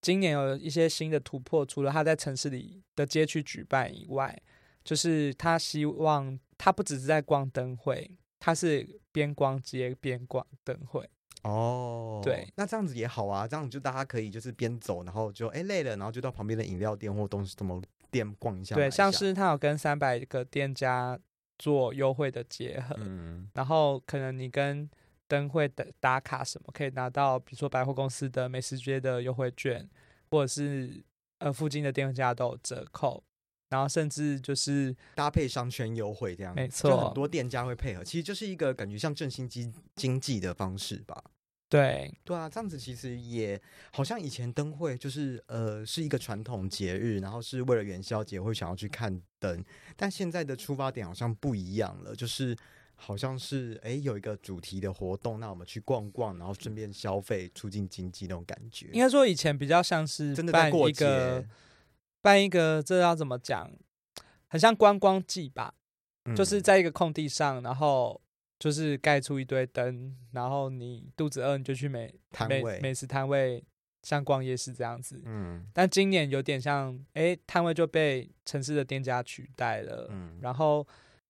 Speaker 2: 今年有一些新的突破，除了他在城市里的街区举办以外，就是他希望他不只是在逛灯会，他是边逛街边逛灯会。
Speaker 1: 哦
Speaker 2: 对，
Speaker 1: 那这样子也好啊，这样就大家可以就是边走，然后就哎、累了，然后就到旁边的饮料店或东西什么店逛一下。买
Speaker 2: 对，
Speaker 1: 一
Speaker 2: 像
Speaker 1: 下
Speaker 2: 是他有跟三百个店家做优惠的结合，
Speaker 1: 嗯
Speaker 2: 然后可能你跟灯会的打卡什么，可以拿到比如说百货公司的美食街的优惠券，或者是呃附近的店家都有折扣，然后甚至就是
Speaker 1: 搭配商圈优惠这样，
Speaker 2: 没
Speaker 1: 就
Speaker 2: 错
Speaker 1: 很多店家会配合，其实就是一个感觉像振兴经经济的方式吧。
Speaker 2: 对
Speaker 1: 对啊，这样子其实也好像以前灯会就是呃是一个传统节日，然后是为了元宵节会想要去看灯，但现在的出发点好像不一样了，就是好像是哎有一个主题的活动，那我们去逛逛，然后顺便消费，促进经济那种感觉。
Speaker 2: 应该说以前比较像是
Speaker 1: 真的在
Speaker 2: 办
Speaker 1: 过
Speaker 2: 一
Speaker 1: 节，
Speaker 2: 个办一个这要怎么讲，很像观光季吧，
Speaker 1: 嗯
Speaker 2: 就是在一个空地上，然后就是盖出一堆灯，然后你肚子饿你就去美
Speaker 1: 摊
Speaker 2: 美
Speaker 1: 位，
Speaker 2: 美食摊位，像逛夜市这样子。
Speaker 1: 嗯
Speaker 2: 但今年有点像，哎，摊位就被城市的店家取代了。
Speaker 1: 嗯，
Speaker 2: 然后，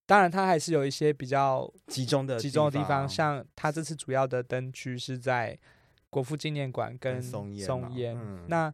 Speaker 2: 当然它还是有一些比较
Speaker 1: 集中的
Speaker 2: 集中的地
Speaker 1: 方
Speaker 2: 方，像它这次主要的灯区是在国父纪念馆跟
Speaker 1: 松烟嘛
Speaker 2: 松烟，
Speaker 1: 嗯
Speaker 2: 那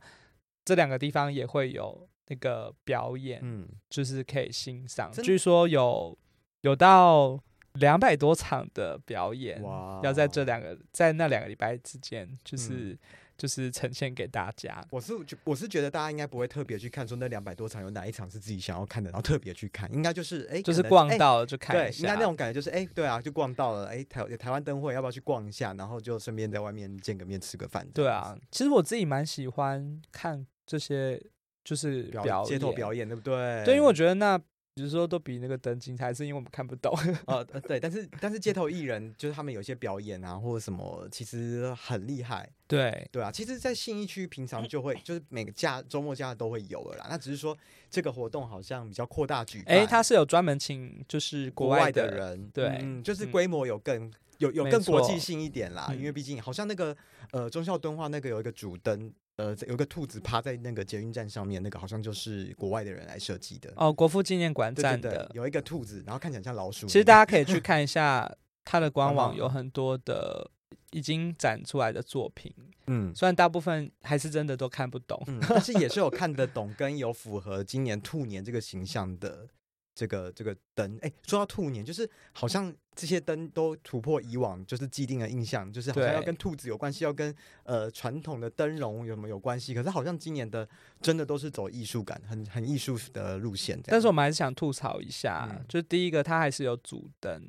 Speaker 2: 这两个地方也会有那个表演，
Speaker 1: 嗯
Speaker 2: 就是可以欣赏。
Speaker 1: 真
Speaker 2: 据说有有到两百多场的表演，
Speaker 1: 哇，
Speaker 2: 要在这两个在那两个礼拜之间，就
Speaker 1: 嗯
Speaker 2: 是、就是呈现给大家。
Speaker 1: 我是觉我是觉得大家应该不会特别去看说那两百多场有哪一场是自己想要看的，然后特别去看，应该就是哎、
Speaker 2: 就
Speaker 1: 可
Speaker 2: 是
Speaker 1: 能
Speaker 2: 逛
Speaker 1: 哎
Speaker 2: 到了就看
Speaker 1: 对
Speaker 2: 一，下，
Speaker 1: 应该那种感觉就是哎、对啊，就逛到了哎、台台湾灯会要不要去逛一下，然后就顺便在外面见个面吃个饭。
Speaker 2: 对啊，，其实我自己蛮喜欢看这些，就是
Speaker 1: 表
Speaker 2: 演
Speaker 1: 街头表演对不对？
Speaker 2: 对，因为我觉得那有时候都比那个灯精彩，是因为我们看不懂。
Speaker 1: 呃呃对，但是但是街头艺人就是他们有一些表演啊或者什么，其实很厉害。
Speaker 2: 对，
Speaker 1: 对啊，其实，在信义区平常就会就是每个假周末假日都会有了啦，那只是说这个活动好像比较扩大举办。
Speaker 2: 哎，他是有专门请就是
Speaker 1: 国
Speaker 2: 外
Speaker 1: 的，人，
Speaker 2: 对
Speaker 1: 嗯，就是
Speaker 2: 嗯
Speaker 1: 规模有更、有有
Speaker 2: 没
Speaker 1: 更国
Speaker 2: 错
Speaker 1: 际性一点啦，因为
Speaker 2: 嗯
Speaker 1: 毕竟好像那个呃忠孝敦化那个有一个主灯，呃有一个兔子趴在那个捷运站上面，那个好像就是国外的人来设计的，
Speaker 2: 哦，国父纪念馆
Speaker 1: 对对
Speaker 2: 站
Speaker 1: 对
Speaker 2: 的。
Speaker 1: 有一个兔子，然后看起来像老鼠那个，
Speaker 2: 其实大家可以去看一下它的官
Speaker 1: 官
Speaker 2: 网，
Speaker 1: 网
Speaker 2: 有很多的已经展出来的作品，
Speaker 1: 嗯。
Speaker 2: 虽然大部分还是真的都看不懂。
Speaker 1: 嗯，但是也是有看得懂，跟有符合今年兔年这个形象的这个这个灯。哎、说到兔年，就是好像这些灯都突破以往就是既定的印象，就是好像要
Speaker 2: 对
Speaker 1: 跟兔子有关系，要跟呃传统的灯笼有什么有关系。可是好像今年的真的都是走艺术感，很很艺术的路线这样。
Speaker 2: 但是我们还是想吐槽一下，
Speaker 1: 嗯
Speaker 2: 就第一个，它还是有主灯，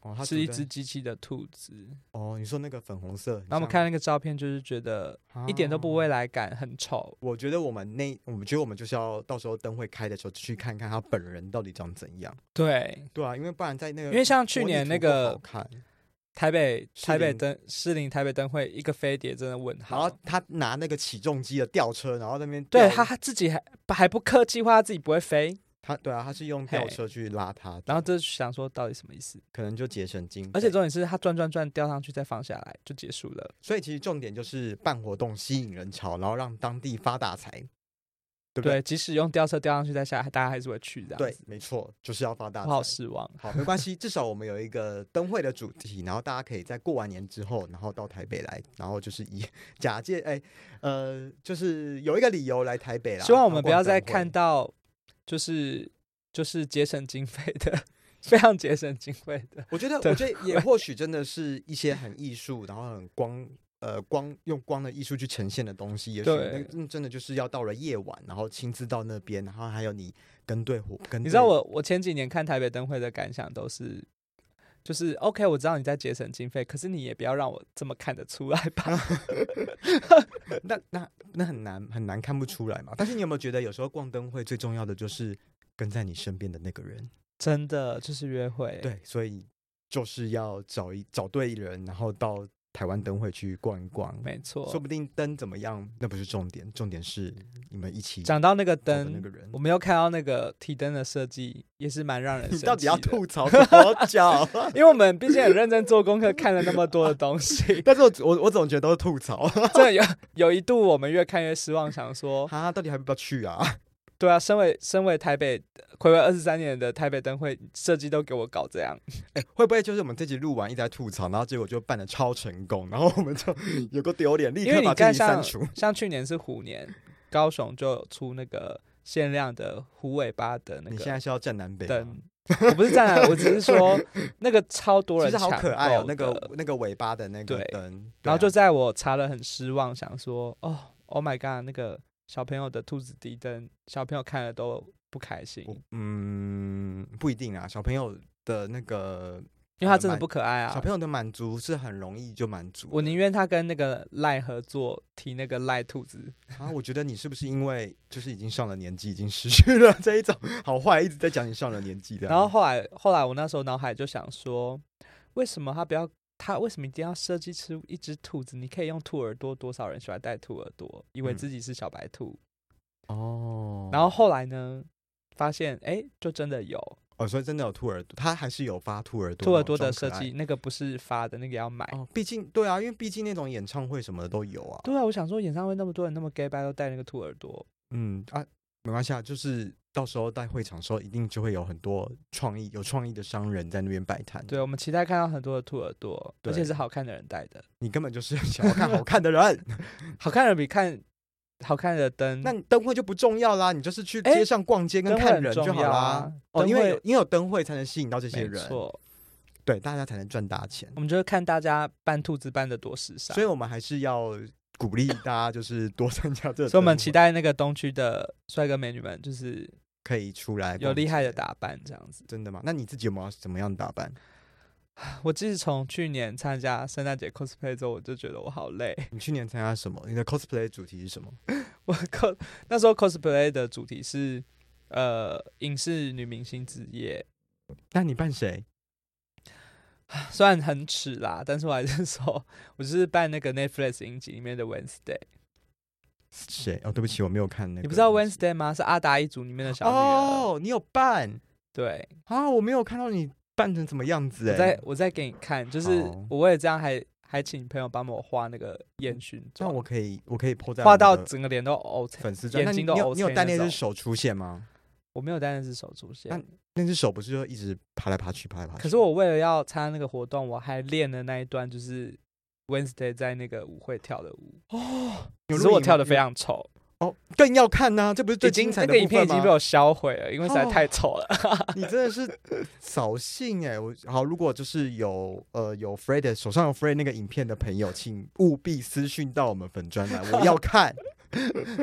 Speaker 1: 哦，它
Speaker 2: 是一
Speaker 1: 主
Speaker 2: 只
Speaker 1: 灯
Speaker 2: 机器的兔子。
Speaker 1: 哦，你说那个粉红色，
Speaker 2: 然后我们看那个照片，就是觉得
Speaker 1: 看
Speaker 2: 一点都不未
Speaker 1: 来。
Speaker 2: 来感，很丑。
Speaker 1: 我觉得我们那，我们觉得我们就是要到时候灯会开的时候去看看他本人到底长怎样。
Speaker 2: 对，
Speaker 1: 对啊，因为不然在那个
Speaker 2: 因为像去
Speaker 1: 模拟
Speaker 2: 年
Speaker 1: 图
Speaker 2: 那
Speaker 1: 不好
Speaker 2: 个
Speaker 1: 看，
Speaker 2: 台北
Speaker 1: 士
Speaker 2: 台北
Speaker 1: 林
Speaker 2: 灯士林台北灯会一个飞碟真的问
Speaker 1: 然后
Speaker 2: 号。
Speaker 1: 他拿那个起重机的吊车，然后在那边
Speaker 2: 对
Speaker 1: 吊
Speaker 2: 他他自己还还不客气，话他自己不会飞，
Speaker 1: 他对啊，他是用吊
Speaker 2: 嘿
Speaker 1: 车去拉他，
Speaker 2: 然后就想说到底什么意思？
Speaker 1: 可能就节省经费。
Speaker 2: 而且重点是他转转转掉上去再放下来就结束了。
Speaker 1: 所以其实重点就是办活动吸引人潮，然后让当地发大财，对不
Speaker 2: 对，即使用吊车吊上去再下来，大家还是会去这样
Speaker 1: 对
Speaker 2: 子。，
Speaker 1: 没错，就是要发大
Speaker 2: 我好
Speaker 1: 财。
Speaker 2: 失望。
Speaker 1: 好，没关系，至少我们有一个灯会的主题，然后大家可以在过完年之后，然后到台北来，然后就是以假借哎、呃，就是有一个理由来台北啦。
Speaker 2: 希望我
Speaker 1: 然后
Speaker 2: 们不
Speaker 1: 逛
Speaker 2: 要再
Speaker 1: 灯会
Speaker 2: 看到就是就是节省经费的， 非常节省经费的。
Speaker 1: 我觉得，
Speaker 2: 对
Speaker 1: 我觉得也或许真的是一些很艺术，然后很光呃光用光的艺术去呈现的东西。也许那
Speaker 2: 对
Speaker 1: 那真的就是要到了夜晚，然后亲自到那边，然后还有你跟对火跟
Speaker 2: 你
Speaker 1: 对
Speaker 2: 知道我我前几年看台北灯会的感想都是，就是 OK，我知道你在节省经费，可是你也不要让我这么看得出来
Speaker 1: 嗯
Speaker 2: 吧。
Speaker 1: 那那那很难很难看不出来嘛。但是你有没有觉得，有时候逛灯会最重要的就是跟在你身边的那个人？
Speaker 2: 真的就是约会，，
Speaker 1: 对，所以就是要找一找对人，然后到台湾灯会去逛一逛。
Speaker 2: 没
Speaker 1: 说
Speaker 2: 错。
Speaker 1: 不定灯怎么样，那不是重点，重点是你们一起
Speaker 2: 讲到那个
Speaker 1: 走的那
Speaker 2: 灯
Speaker 1: 个，人。
Speaker 2: 我们又看到那个提灯的设计，也是蛮让人
Speaker 1: 你
Speaker 2: 生
Speaker 1: 到底要
Speaker 2: 气的
Speaker 1: 吐槽多久？，
Speaker 2: 因为我们毕竟很认真做功课，看了那么多的东 西
Speaker 1: 但是我我我总觉得都是吐槽，
Speaker 2: 真的有有一度我们越看越失望，想说
Speaker 1: 哈，到底还要不要去啊？对
Speaker 2: 对啊，身为身为台北暌违二十三年的台北灯会设计都给我搞这样，
Speaker 1: 会不会就是我们这集录完一直在吐槽，然后结果就办的超成功，然后我们就有个丢脸，立
Speaker 2: 因为
Speaker 1: 刻
Speaker 2: 你
Speaker 1: 把这
Speaker 2: 看
Speaker 1: 集
Speaker 2: 像
Speaker 1: 删除？
Speaker 2: 像去年是虎年，高雄就有出那个限量的虎尾巴的那
Speaker 1: 你现在
Speaker 2: 个
Speaker 1: 是要啊站南北吗？
Speaker 2: 灯，我不是站来，我只是说那个超多
Speaker 1: 其
Speaker 2: 人
Speaker 1: 实好
Speaker 2: 抢
Speaker 1: 可爱哦，
Speaker 2: 购
Speaker 1: 那个
Speaker 2: 的
Speaker 1: 那个尾巴的那个
Speaker 2: 对
Speaker 1: 灯，对啊
Speaker 2: 然后就在我查了很失望，想说哦，Oh my god，那个小朋友的兔子迪灯，小朋友看了都不开心，
Speaker 1: 我嗯，不一定啊，小朋友的那个
Speaker 2: 因为它真的
Speaker 1: 蛮
Speaker 2: 不可爱啊
Speaker 1: 小。朋友的满足是很容易就满足的。
Speaker 2: 我宁愿他跟那个赖合作提那个赖兔子，
Speaker 1: 啊，我觉得你是不是因为就是已经上了年纪，已经失去了这一种好坏，一直在讲你上了年纪的。
Speaker 2: 然后后来后来我那时候脑海就想说，为什么他不要他为什么一定要设计出一只兔子？你可以用兔耳朵，多少人喜欢戴兔耳朵，以为
Speaker 1: 嗯
Speaker 2: 自己是小白兔。
Speaker 1: 哦，
Speaker 2: 然后后来呢，发现哎、诶就真的有
Speaker 1: 哦，所以真的有兔耳朵，它还是有发兔耳朵
Speaker 2: 兔
Speaker 1: 那
Speaker 2: 耳朵
Speaker 1: 啊种
Speaker 2: 的
Speaker 1: 装
Speaker 2: 设
Speaker 1: 可爱
Speaker 2: 计，那个不是发的，那个要买。
Speaker 1: 哦。毕竟对啊，因为毕竟那种演唱会什么的都有啊。
Speaker 2: 对啊，我想说演唱会那么多人，那么 gay 拜都戴那个兔耳朵，
Speaker 1: 嗯啊，没关系啊，就是到时候在会场的时候，一定就会有很多创意、有创意的商人在那边摆摊。
Speaker 2: 对我们期待看到很多的兔耳朵，而
Speaker 1: 嗯
Speaker 2: 且
Speaker 1: 对
Speaker 2: 是好看的人戴的，
Speaker 1: 你根本 就是想要看好看的人，
Speaker 2: 好看的人比看好看的灯
Speaker 1: 那你灯会就不重要啦，你就是去
Speaker 2: 哎
Speaker 1: 街上逛街跟
Speaker 2: 灯会
Speaker 1: 看
Speaker 2: 很
Speaker 1: 人
Speaker 2: 重
Speaker 1: 就好
Speaker 2: 要
Speaker 1: 啦
Speaker 2: 啊。
Speaker 1: 哦，
Speaker 2: 灯
Speaker 1: 因为
Speaker 2: 会
Speaker 1: 有因为有灯会才能吸引到这些
Speaker 2: 没
Speaker 1: 人。
Speaker 2: 错。
Speaker 1: 对，大家才能赚大钱。
Speaker 2: 我们就是啊看大家扮兔子扮的多时尚，
Speaker 1: 所以我们还是要鼓励大家，就是多参加这个灯会，
Speaker 2: 所以我们期待那个东区的帅哥美女们就是
Speaker 1: 可以出来
Speaker 2: 有厉害的
Speaker 1: 打，
Speaker 2: 打扮这样子。
Speaker 1: 真的吗？那你自己有没有怎么样的打扮？
Speaker 2: 我自从去年参加圣诞节 cosplay 之后，我就觉得我好累。
Speaker 1: 你去年参加什么？你的 cosplay 主题是什么？
Speaker 2: 我 cos 那时候 cosplay 的主题是呃影视女明星之夜，
Speaker 1: 那你扮谁？
Speaker 2: 虽然很耻啦，但是我还是说，我就是扮那个 Netflix 影集里面的 Wednesday。
Speaker 1: 谁？哦，对不起，我没有看那个。
Speaker 2: 你不知道 Wednesday 吗？是阿达一族里面的小女儿。
Speaker 1: 哦，你有扮
Speaker 2: 对，
Speaker 1: 啊？我没有看到你扮成什么样子
Speaker 2: 我
Speaker 1: 哎、
Speaker 2: 再我再给你看，就是
Speaker 1: 好
Speaker 2: 我为了这样还还请朋友帮我画那个烟熏
Speaker 1: 那
Speaker 2: 妆，
Speaker 1: 我可以，我可以 po 在
Speaker 2: 画
Speaker 1: 我们
Speaker 2: 到
Speaker 1: 的
Speaker 2: 整个脸都凹成。
Speaker 1: 粉丝专。那你
Speaker 2: 眼
Speaker 1: 你
Speaker 2: 睛都
Speaker 1: 有
Speaker 2: O
Speaker 1: 你有
Speaker 2: 成
Speaker 1: 带
Speaker 2: 那
Speaker 1: 那只
Speaker 2: 种
Speaker 1: 手出现吗？
Speaker 2: 我没有戴那只手出现，
Speaker 1: 那只手不是就一直爬来爬去，爬来爬去？
Speaker 2: 可是我为了要参加那个活动，我还练了那一段就是 Wednesday 在那个舞会跳的舞，
Speaker 1: 有录
Speaker 2: 只是我
Speaker 1: 影
Speaker 2: 跳
Speaker 1: 吗
Speaker 2: 的非常丑，
Speaker 1: 哦，更要看呐、这不是最
Speaker 2: 已经
Speaker 1: 精彩的
Speaker 2: 那个
Speaker 1: 部
Speaker 2: 影片已
Speaker 1: 分
Speaker 2: 经
Speaker 1: 吗
Speaker 2: 被？我销毁了，因为实在
Speaker 1: 哦
Speaker 2: 太丑了。
Speaker 1: 你真的是扫兴哎、我好，如果就是有呃有 Fred 的手上有 Fred 那个影片的朋友，请务必私讯到我们粉专来，我要看，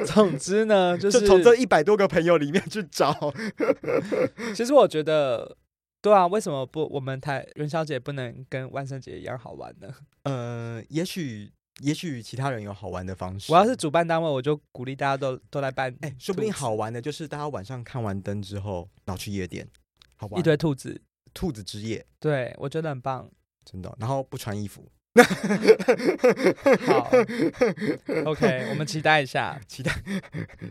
Speaker 2: 总 之呢， 就
Speaker 1: 哦就是从这一百多个朋友里面去找。
Speaker 2: 其实我觉得，对啊，为什么不我们台元宵节不能跟万圣节一样好玩呢？
Speaker 1: 呃，也许也许其他人有好玩的方式。
Speaker 2: 我要是主办单位，我就鼓励大家都都来办
Speaker 1: 哎、说不定
Speaker 2: 兔子
Speaker 1: 好玩的就是大家晚上看完灯之后，然后去夜店，好玩
Speaker 2: 一堆兔子。
Speaker 1: 兔子之夜。
Speaker 2: 对，我觉得很棒。
Speaker 1: 真的。然后不穿衣服，
Speaker 2: 好，OK，我们期待一下。
Speaker 1: 期待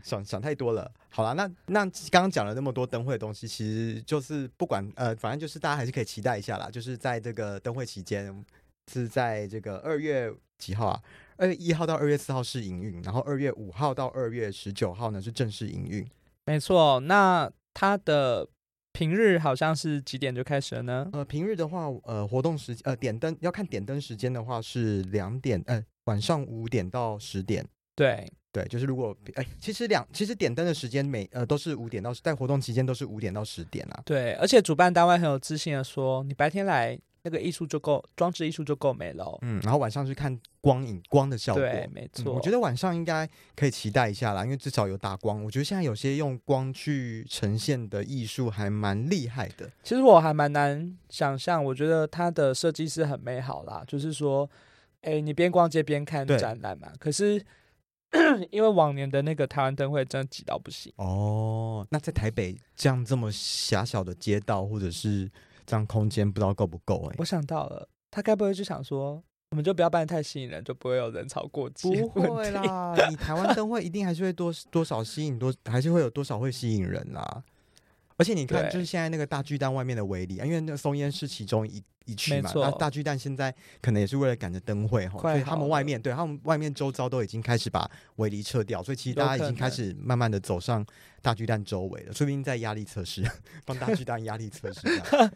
Speaker 1: 想想太多了。好了，那那刚刚讲了那么多灯会的东西，其实就是不管呃，反正就是大家还是可以期待一下啦。就是在这个灯会期间，是在这个二月几号啊？二月一号到二月四号是营运，然后二月五号到二月十九号呢是正式营运。
Speaker 2: 没错，那它的平日好像是几点就开始了呢？
Speaker 1: 呃，平日的话，呃，活动时呃点灯要看点灯时间的话是两点，呃，晚上五点到十点。
Speaker 2: 对，
Speaker 1: 对，就是如果哎、其实两其实点灯的时间每呃都是五点到，在活动期间都是五点到十点啦。
Speaker 2: 对，而且主办单位很有自信的说，你白天来那个艺术就够，装置艺术就够美了哦。
Speaker 1: 嗯，然后晚上是看光影光的效果。
Speaker 2: 对，没
Speaker 1: 嗯
Speaker 2: 错。
Speaker 1: 我觉
Speaker 2: 得
Speaker 1: 得晚上应该可以期待一下啦，因为至少有打光。我觉得现在有些用光去呈现的艺术还蛮厉害的。
Speaker 2: 其实我还蛮难想象，我觉得它的设计是很美好啦，就是说，哎，你边逛街边看
Speaker 1: 对
Speaker 2: 展览嘛。可是 因为往年的那个台湾灯会真的挤到不行，
Speaker 1: 哦，那在台北这样这么狭小的街道，或者是这样空间，不知道够不够哎、
Speaker 2: 我想到了，他该不会就想说，我们就不要办得太吸引人，就不会有人潮过激？
Speaker 1: 不会， 啦，你台湾灯会一定还是会多多少吸引多，还是会有多少会吸引人啦。而且你看，
Speaker 2: 对
Speaker 1: 就是现在那个大巨蛋外面的围篱，啊因为那个松烟是其中一一区
Speaker 2: 没
Speaker 1: 嘛，
Speaker 2: 错
Speaker 1: 那大巨蛋现在可能也是为了赶着灯会哈，
Speaker 2: 快
Speaker 1: 所以他
Speaker 2: 好
Speaker 1: 们
Speaker 2: 了
Speaker 1: 外面对他们外面周遭都已经开始把围篱撤掉，所以其实
Speaker 2: 有
Speaker 1: 大家已
Speaker 2: 可
Speaker 1: 经开
Speaker 2: 能
Speaker 1: 始慢慢的走上大巨蛋周围了，说不定在压力测试，帮大巨蛋压力测试这 样。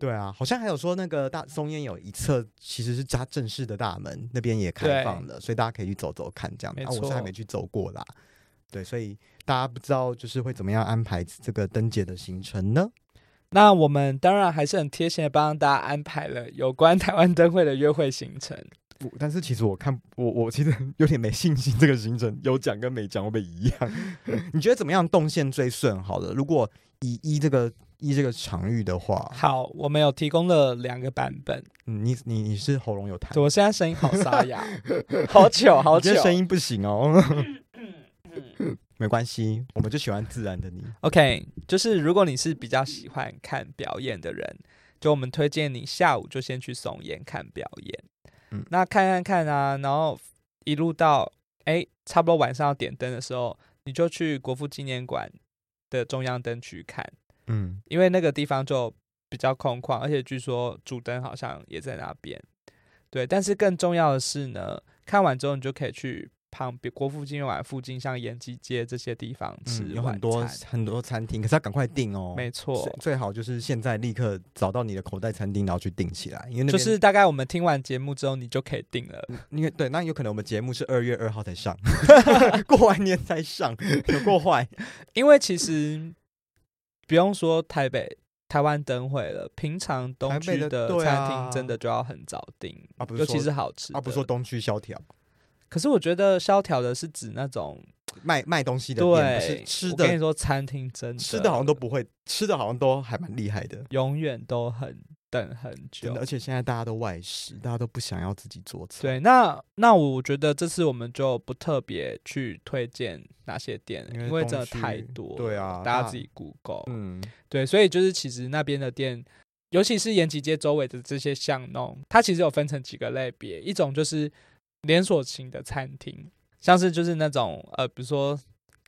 Speaker 1: 对啊，好像还有说那个大松烟有一侧其实是扎正式的大门，那边也开
Speaker 2: 对
Speaker 1: 放了，所以大家可以去走走看这样。
Speaker 2: 没
Speaker 1: 啊，我是还
Speaker 2: 错
Speaker 1: 没去走过啦。对，所以大家不知道就是会怎么样安排这个灯节的行程呢？
Speaker 2: 那我们当然还是很贴心的帮大家安排了有关台湾灯会的约会行 程。
Speaker 1: 我但是其实我看我我其实有点没信心，这个行程有讲跟没讲会不会一样？ 你觉得怎么样动线最顺？好了，如果以一这个一这个场域的话，
Speaker 2: 好，我们有提供了两个版本。
Speaker 1: 嗯你你你是喉咙有痰，
Speaker 2: 我现在声音好 沙哑，好久好嗯
Speaker 1: 我觉
Speaker 2: 久
Speaker 1: 得。声音不行哦。
Speaker 2: 嗯
Speaker 1: 没关系，我们就喜欢自然的你。
Speaker 2: OK，就是如果你是比较喜欢看表演的人，就我们推荐你下午就先去松烟看表演。
Speaker 1: 嗯
Speaker 2: 那看看看啊，然后一路到哎，差不多晚上要点灯的时候，你就去国父纪念馆的中央灯区看，
Speaker 1: 嗯，
Speaker 2: 因为那个地方就比较空旷，而且据说主灯好像也在那边。对，但是更重要的是呢，看完之后你就可以去旁边国父纪念馆附近，像延吉街这些地方吃
Speaker 1: 嗯有
Speaker 2: 晚
Speaker 1: 很多
Speaker 2: 餐
Speaker 1: 很多餐厅，可是要赶快订哦。
Speaker 2: 没错
Speaker 1: 最，最好就是现在立刻找到你的口袋餐厅，然后去订起来，因为那边嗯
Speaker 2: 就是大概我们听完节目之后，你就可以定了。
Speaker 1: 因为对，那有可能我们节目是二月二号才 上，过完年才上，有够坏。
Speaker 2: 因为其实不用说台北、台湾灯会了，平常东
Speaker 1: 台
Speaker 2: 区
Speaker 1: 北的
Speaker 2: 的
Speaker 1: 对啊
Speaker 2: 餐厅真的就要很早订，
Speaker 1: 啊不是
Speaker 2: 尤
Speaker 1: 说
Speaker 2: 其是呃好吃的。
Speaker 1: 啊，不是说东区萧条
Speaker 2: 可是我觉得萧条的是指那种
Speaker 1: 卖卖东西的店，不
Speaker 2: 对
Speaker 1: 是吃
Speaker 2: 我跟你
Speaker 1: 的，
Speaker 2: 说，餐厅真的
Speaker 1: 吃的好像都不会，吃的好像都还蛮厉害的。
Speaker 2: 永远都很等很
Speaker 1: 真
Speaker 2: 久
Speaker 1: 的，而。且现在大家都外食，大家都不想要自己做菜。
Speaker 2: 对，那那我觉得这次我们就不特别去推荐哪些店了，
Speaker 1: 因为
Speaker 2: 因为
Speaker 1: 东
Speaker 2: 真的
Speaker 1: 区
Speaker 2: 太多了，
Speaker 1: 对啊
Speaker 2: 大
Speaker 1: 那
Speaker 2: 家自己 Google。
Speaker 1: 嗯，
Speaker 2: 对，所以就是其实那边的店，尤其是延吉街周围的这些巷弄，它其实有分成几个类别，一种就是连锁型的餐厅，像是就是那种呃，比如说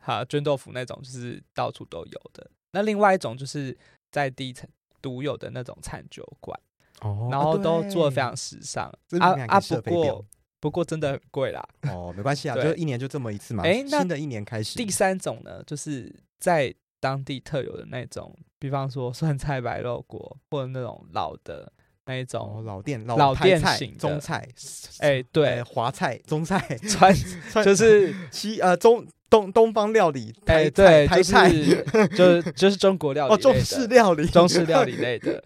Speaker 2: 哈菌豆腐那种，就是到处都有的。那另外一种就是在地产独有的那种餐酒馆，
Speaker 1: 哦
Speaker 2: 然后都做的
Speaker 1: 非
Speaker 2: 非
Speaker 1: 常。
Speaker 2: 常时尚
Speaker 1: 这
Speaker 2: 啊
Speaker 1: 明明还可以
Speaker 2: 啊，
Speaker 1: 射
Speaker 2: 不
Speaker 1: 飞镖
Speaker 2: 过不过真的很贵啦。
Speaker 1: 哦，没关系啊，
Speaker 2: 对
Speaker 1: 就一年就这么一次嘛。
Speaker 2: 哎那
Speaker 1: 新的一年开始，
Speaker 2: 第三种呢，就是在当地特有的那种，比方说酸菜白肉锅，或者那种老的那一
Speaker 1: 哦
Speaker 2: 种，
Speaker 1: 老店老
Speaker 2: 老
Speaker 1: 台
Speaker 2: 店
Speaker 1: 菜
Speaker 2: 型的
Speaker 1: 中菜，
Speaker 2: 哎、对
Speaker 1: 呃，，华菜、中菜、
Speaker 2: 川
Speaker 1: 川
Speaker 2: 就是
Speaker 1: 西呃中东东方料理，
Speaker 2: 哎、
Speaker 1: 台菜
Speaker 2: 对，
Speaker 1: 台
Speaker 2: 就
Speaker 1: 菜
Speaker 2: 是就是就是中国料理
Speaker 1: 哦，中
Speaker 2: 类的
Speaker 1: 式料理，
Speaker 2: 中式料理类的，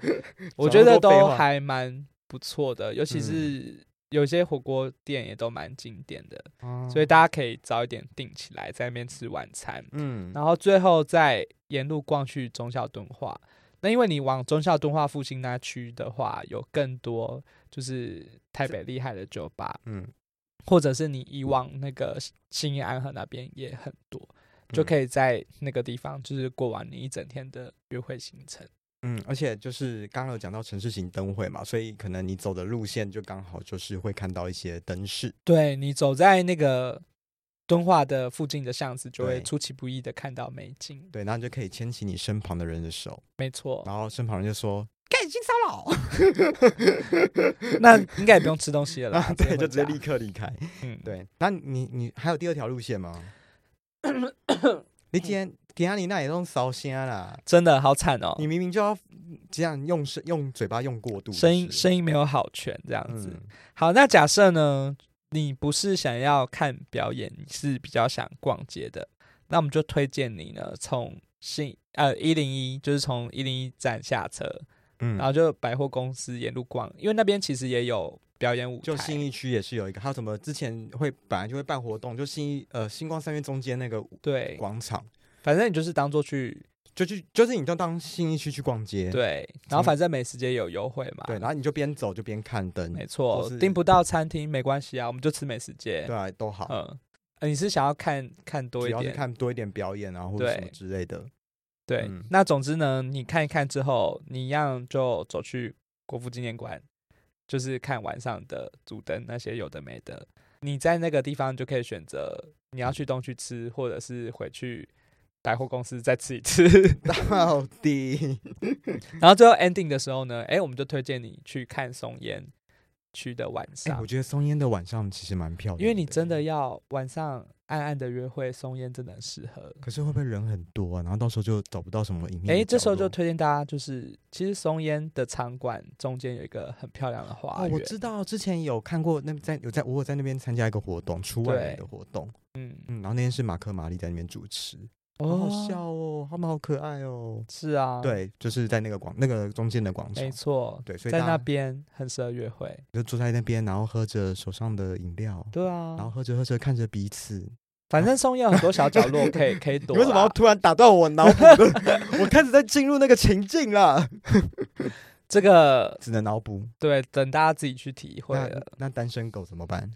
Speaker 2: 我觉
Speaker 1: 讲那么
Speaker 2: 得
Speaker 1: 多废
Speaker 2: 都
Speaker 1: 话
Speaker 2: 还蛮不错的，尤其
Speaker 1: 嗯
Speaker 2: 是有些火锅店也都蛮经典的，
Speaker 1: 哦
Speaker 2: 所以大家可以早一点订起来，在那边吃晚餐。
Speaker 1: 嗯，
Speaker 2: 然后最后再沿路逛去忠孝敦化。那因为你往忠孝敦化附近那区的话，有更多就是台北厉害的酒吧，
Speaker 1: 嗯，
Speaker 2: 或者是你以往那个新义安和那边也很多，就
Speaker 1: 以
Speaker 2: 可以在那个地方就是过完你一整天的约会行程。
Speaker 1: 嗯，而且就是刚刚有讲到城市型灯会嘛，所以可能你走的路线就刚好就是会看到一些灯饰。
Speaker 2: 对你走在那个敦化的附近的巷子，就会
Speaker 1: 对
Speaker 2: 出其不意的看到美景。
Speaker 1: 对，然后你就可以牵起你身旁的人的手，
Speaker 2: 没错，
Speaker 1: 然后身旁人就说
Speaker 2: 干性骚扰， 那应该也不用吃东西了 啦
Speaker 1: 啊，，对，就
Speaker 2: 回
Speaker 1: 直接
Speaker 2: 家
Speaker 1: 立刻离开。
Speaker 2: 嗯，
Speaker 1: 对，那你你还有第二条路 线吗？你今天今天你那也用烧香啦，
Speaker 2: 真的好惨嗯哦，
Speaker 1: 你明明就要这样用声用嘴巴用过度的
Speaker 2: 声音
Speaker 1: 事
Speaker 2: 声音没有好全这样子。
Speaker 1: 嗯
Speaker 2: 好，那假设呢，你不是想要看表演，你是比较想逛街的，那我们就推荐你呢，从信呃一零一，101, 就是从一零一站下车，
Speaker 1: 嗯，
Speaker 2: 然后就百货公司沿路逛，因为那边其实也有表演舞台。
Speaker 1: 就信义区也是有一个，还有什么之前会本来就会办活动，就信义呃星光三月中间那个
Speaker 2: 对，
Speaker 1: 广场，
Speaker 2: 反正你就是当做去
Speaker 1: 就去就是你就当信义区去逛街，
Speaker 2: 对，然后反正美食街有优惠嘛。
Speaker 1: 对，然后你就边走就边看灯，
Speaker 2: 没错
Speaker 1: 或，是
Speaker 2: 订不到餐厅没关系啊，我们就吃美食街。
Speaker 1: 对啊，都好，
Speaker 2: 嗯、呃你是想要看看多
Speaker 1: 主
Speaker 2: 一
Speaker 1: 要是
Speaker 2: 点，
Speaker 1: 看多一点表演啊或者什么
Speaker 2: 对
Speaker 1: 之类的，
Speaker 2: 对，
Speaker 1: 嗯
Speaker 2: 那总之呢，你看一看之后，你一样就走去国父纪念馆，就是看晚上的主灯那些有的没的。你在那个地方就可以选择你要去东区吃，或者是回去百货公司再吃一次。
Speaker 1: 到底
Speaker 2: 然后最后 ending 的时候呢，哎，我们就推荐你去看松烟区的晚
Speaker 1: 哎、
Speaker 2: 上，
Speaker 1: 我觉得松烟的晚上其实蛮漂亮，
Speaker 2: 因为你真的。要晚上暗暗的约会，松烟真的很适合。
Speaker 1: 可是会不会人很多啊？然后到时候就找不到什么影片。
Speaker 2: 哎、这时候
Speaker 1: 哦
Speaker 2: 就推荐大家，就是其实松烟的场馆中间有一个很漂亮的花
Speaker 1: 哦，
Speaker 2: 园，
Speaker 1: 我知道之前有看过那在有在我有在那边参加一个活动，出外人
Speaker 2: 对
Speaker 1: 的活动，
Speaker 2: 嗯，
Speaker 1: 嗯，然后那天是马克玛丽在那边主持，好好笑哦，他们好可爱哦。
Speaker 2: 是啊，，
Speaker 1: 对，就是在那个广那个中间的广场
Speaker 2: 没，错，
Speaker 1: 对，所以
Speaker 2: 在
Speaker 1: 大
Speaker 2: 那
Speaker 1: 家
Speaker 2: 边很适合约会，
Speaker 1: 就坐在那边，然后喝着手上的饮料，
Speaker 2: 对
Speaker 1: 然后
Speaker 2: 啊，
Speaker 1: 喝着喝着看着彼此。
Speaker 2: 反正松烟有很多小角落 可以可以
Speaker 1: 你
Speaker 2: 躲啦，
Speaker 1: 为什么要突然打断我脑补的？ 我开始在进入那个情境了，
Speaker 2: 这个
Speaker 1: 只能脑补。
Speaker 2: 对，等大家自己去体会啊
Speaker 1: 那
Speaker 2: 了，
Speaker 1: 那单身狗怎么办？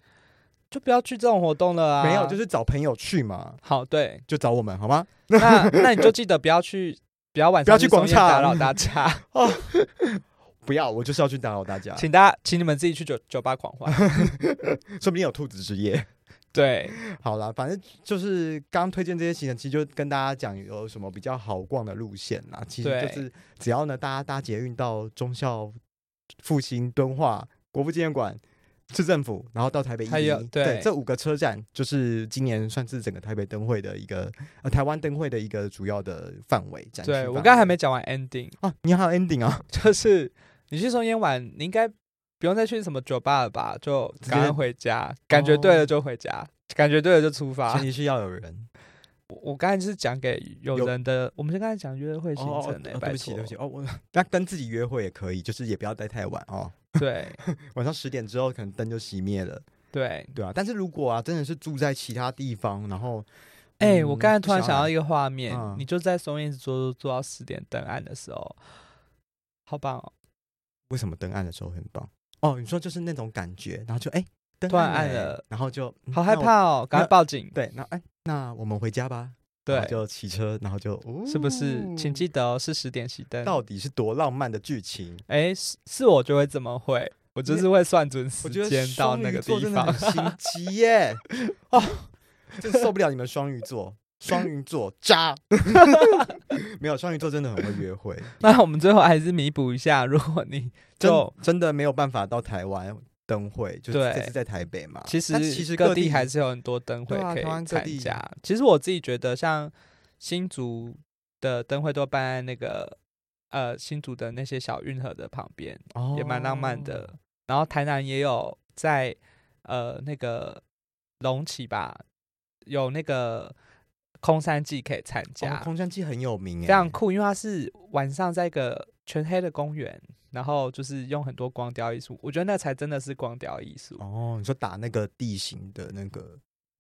Speaker 2: 就不要去这种活动了啊，
Speaker 1: 没有，就是是找朋友去嘛，
Speaker 2: 好，对，
Speaker 1: 就找我们好吗？
Speaker 2: 那那你就记得不要去。不要晚上
Speaker 1: 不要去广
Speaker 2: 松烟
Speaker 1: 场
Speaker 2: 打扰大 家，
Speaker 1: 不要，我就是要去打扰大家，
Speaker 2: 请大家，请你们自己去酒酒吧狂 欢。
Speaker 1: 说不定有兔子之夜。
Speaker 2: 对，
Speaker 1: 好啦，反正就是刚推荐这些行程，其实就跟大家讲有什么比较好逛的路线啦。其实
Speaker 2: 对
Speaker 1: 就是只要呢大家搭捷运到忠孝、复兴、敦化、国父纪念馆、市政府，然后到台北一
Speaker 2: 还有
Speaker 1: 零一，
Speaker 2: 对
Speaker 1: 这五个车站就是今年算是整个台北灯会的一个呃台湾灯会的一个主要的范围展示范围。
Speaker 2: 对我刚才还没讲完 ending，
Speaker 1: 啊，你还有 ending 啊？
Speaker 2: 就是你去松烟玩，你应该不用再去什么酒吧了吧？就
Speaker 1: 直接
Speaker 2: 赶快回家，感觉
Speaker 1: 哦
Speaker 2: 对了就回家，感觉对了就出发
Speaker 1: 前。提是要有人。
Speaker 2: 我我刚才就是讲给有
Speaker 1: 有
Speaker 2: 人的，我们就刚才讲约 会行
Speaker 1: 哦哦
Speaker 2: 程呢、欸
Speaker 1: 哦对
Speaker 2: 拜
Speaker 1: 不起，
Speaker 2: 托
Speaker 1: 对不起，哦，我那跟自己约会也可以，就是也不要待太晚哦。
Speaker 2: 对
Speaker 1: 晚上十点之后，可能灯就熄灭了，
Speaker 2: 对。
Speaker 1: 对啊。但是如果啊，真的是住在其他地方，然后，
Speaker 2: 哎、
Speaker 1: 嗯
Speaker 2: 我刚才突然
Speaker 1: 不
Speaker 2: 想到
Speaker 1: 来
Speaker 2: 一个画面，
Speaker 1: 嗯
Speaker 2: 你就在松烟一直坐坐坐到十点灯暗的时候，好棒哦！
Speaker 1: 为什么灯暗的时候很棒哦？你说就是那种感觉，然后就哎，灯
Speaker 2: 突然
Speaker 1: 暗
Speaker 2: 暗
Speaker 1: 欸
Speaker 2: 了，
Speaker 1: 然后就嗯
Speaker 2: 好害
Speaker 1: 那我
Speaker 2: 怕哦，赶快
Speaker 1: 那
Speaker 2: 报警。
Speaker 1: 对，那哎，那我们回家吧。然
Speaker 2: 对
Speaker 1: 后，就骑车，然后就，哦
Speaker 2: 是不是？请记得哦，是十点熄灯。
Speaker 1: 到底是多浪漫的剧情？
Speaker 2: 哎、是是我就会这么会，我就
Speaker 1: 你
Speaker 2: 是会算准
Speaker 1: 我
Speaker 2: 时
Speaker 1: 觉得
Speaker 2: 间到
Speaker 1: 双
Speaker 2: 那
Speaker 1: 鱼
Speaker 2: 个
Speaker 1: 座
Speaker 2: 地
Speaker 1: 真的
Speaker 2: 方。
Speaker 1: 很心机耶！哦，真受不了你们双鱼座，双鱼座渣。 没有，双鱼座真的很会约会，
Speaker 2: 那我们最后还是弥补一下，如果你
Speaker 1: 真
Speaker 2: 就
Speaker 1: 真的没有办法到台湾灯会，就是
Speaker 2: 对
Speaker 1: 这次在台北嘛。
Speaker 2: 其
Speaker 1: 但
Speaker 2: 实
Speaker 1: 其实
Speaker 2: 各
Speaker 1: 地
Speaker 2: 地还是有很多灯会
Speaker 1: 对啊
Speaker 2: 可以
Speaker 1: 台湾各
Speaker 2: 参
Speaker 1: 地
Speaker 2: 加。其实我自己觉得，像新竹的灯会都办在那个呃新竹的那些小运河的旁边，也蛮浪漫的。
Speaker 1: 哦。
Speaker 2: 然后台南也有在呃那个龙崎吧，有那个空山祭可以参加。
Speaker 1: 哦空山鸡很有名哎，
Speaker 2: 非常酷，因为它是晚上在一个全黑的公园，然后就是用很多光雕艺术，我觉得那才真的是光雕艺术。
Speaker 1: 哦。你说打那个地形的那个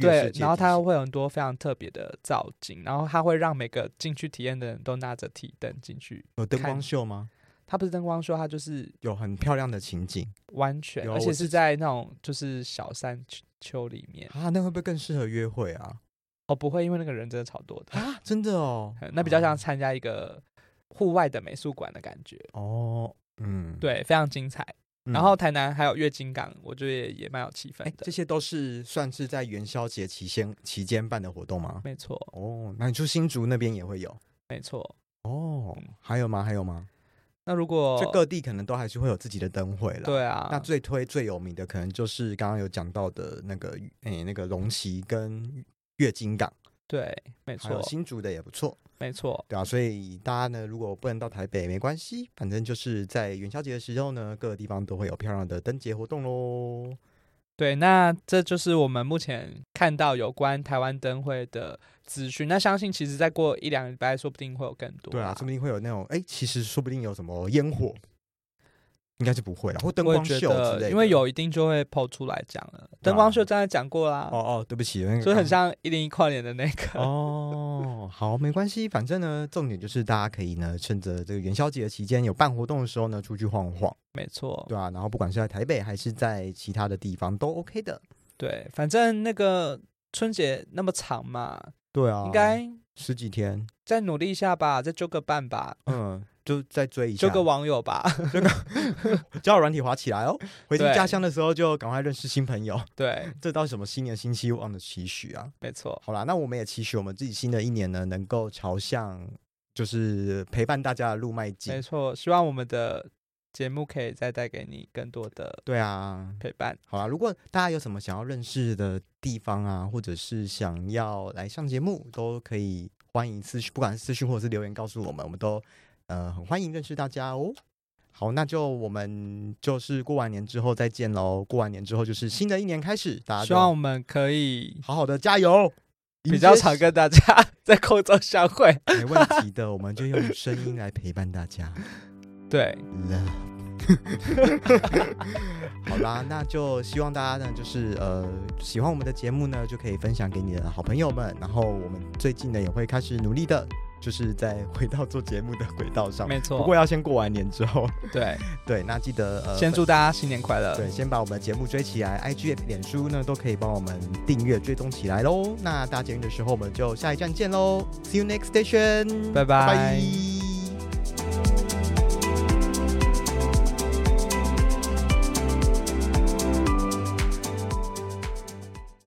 Speaker 1: 月
Speaker 2: 对
Speaker 1: 世，界
Speaker 2: 然后
Speaker 1: 地
Speaker 2: 它
Speaker 1: 形
Speaker 2: 会有很多非常特别的造景，然后它会让每个进去体验的人都拿着提灯进去。
Speaker 1: 有灯
Speaker 2: 看
Speaker 1: 光秀吗？
Speaker 2: 它不是灯光秀，它就是
Speaker 1: 有很漂亮的情景
Speaker 2: 完全，
Speaker 1: 有
Speaker 2: 而且
Speaker 1: 我
Speaker 2: 是
Speaker 1: 是
Speaker 2: 在那种就是小山丘丘里面。
Speaker 1: 啊，那会不会更适合约会啊？
Speaker 2: 哦，不会，因为那个人真的超多的，，
Speaker 1: 啊，真的哦
Speaker 2: 那比较像
Speaker 1: 啊
Speaker 2: 参加一个户外的美术馆的感觉，
Speaker 1: 哦，嗯，
Speaker 2: 对，非常精彩。
Speaker 1: 嗯，
Speaker 2: 然后台南还有月经港，我觉得也也蛮有气氛
Speaker 1: 哎，
Speaker 2: 的。
Speaker 1: 这些都是算是在元宵节期间期间办的活动吗？
Speaker 2: 没错，
Speaker 1: 哦，那你去新竹那边也会有
Speaker 2: 没错。
Speaker 1: 哦
Speaker 2: 嗯？
Speaker 1: 还有吗？还有吗？
Speaker 2: 那如果
Speaker 1: 就各地可能都还是会有自己的灯会了。。
Speaker 2: 对啊，
Speaker 1: 那最推最有名的可能就是刚刚有讲到的那个诶、那个龙旗跟月经港，
Speaker 2: 对，没
Speaker 1: 还有
Speaker 2: 错，
Speaker 1: 新竹的也不错，
Speaker 2: 没错，
Speaker 1: 对啊，所以大家呢，如果不能到台北没关系，反正就是在元宵节的时候呢，各个地方都会有漂亮的灯节活动喽。
Speaker 2: 对。那这就是我们目前看到有关台湾灯会的资讯。那相信其实再过一两个礼拜，说不定会有更多。
Speaker 1: 对啊，说不定会有那种哎、其实说不定有什么烟火，应该是不会啦，或灯
Speaker 2: 我也
Speaker 1: 光秀
Speaker 2: 觉
Speaker 1: 之类的。啊
Speaker 2: 得，因为有一定就会抛出来讲了。灯光秀刚才讲过啦，
Speaker 1: 哦哦，对不起，那个
Speaker 2: 所以很
Speaker 1: 刚
Speaker 2: 像一零一跨年的那个。
Speaker 1: 哦，好，没关系，反正呢，重点就是大家可以呢，趁着这个元宵节的期间有办活动的时候呢，出去晃晃，
Speaker 2: 没错，
Speaker 1: 对啊，然后不管是在台北还是在其他的地方都 OK 的，
Speaker 2: 对，反正那个春节那么长嘛，
Speaker 1: 对啊，
Speaker 2: 应该
Speaker 1: 十几 天，
Speaker 2: 再努力一下吧，再揪个伴吧，
Speaker 1: 嗯，就再追一下，
Speaker 2: 揪个网友吧。
Speaker 1: 交友软体滑起来哦，回去
Speaker 2: 对
Speaker 1: 家乡的时候就赶快认识新朋友，
Speaker 2: 对，
Speaker 1: 这到底什么新年新希望的期许啊？
Speaker 2: 没错，
Speaker 1: 好啦，那我们也期许我们自己新的一年呢，能够朝向就是陪伴大家的路迈
Speaker 2: 没
Speaker 1: 进，
Speaker 2: 错。希望我们的节目可以再带给你更多的
Speaker 1: 对啊，
Speaker 2: 陪伴。
Speaker 1: 好啦，如果大家有什么想要认识的地方啊，或者是想要来上节目，都可以欢迎私讯，不管是私讯或者是留言告诉我们，我们都呃很欢迎认识大家哦。好，那就我们就是过完年之后再见喽。过完年之后就是新的一年开始，大家
Speaker 2: 希望我
Speaker 1: 就
Speaker 2: 们可以
Speaker 1: 好好的加油，迎
Speaker 2: 比较
Speaker 1: 接
Speaker 2: 常跟大家 在空中相会。
Speaker 1: 没问题的，我们就用声音来陪伴大家。
Speaker 2: 对，
Speaker 1: Love 好啦，那就希望大家呢，就是呃，喜欢我们的节目呢，就可以分享给你的好朋友们。然后我们最近呢，也会开始努力的，就是在回到做节目的轨道上。
Speaker 2: 没
Speaker 1: 不过
Speaker 2: 错，
Speaker 1: 要先过完年之后，
Speaker 2: 对，
Speaker 1: 对，那记得呃，
Speaker 2: 先祝大家新年快乐。
Speaker 1: 对，先把我们的节目追起 来，IG、脸书呢都可以帮我们订阅追踪起来喽。那搭捷运的时候，我们就下一站见喽，See you next station，
Speaker 2: 拜拜
Speaker 1: 拜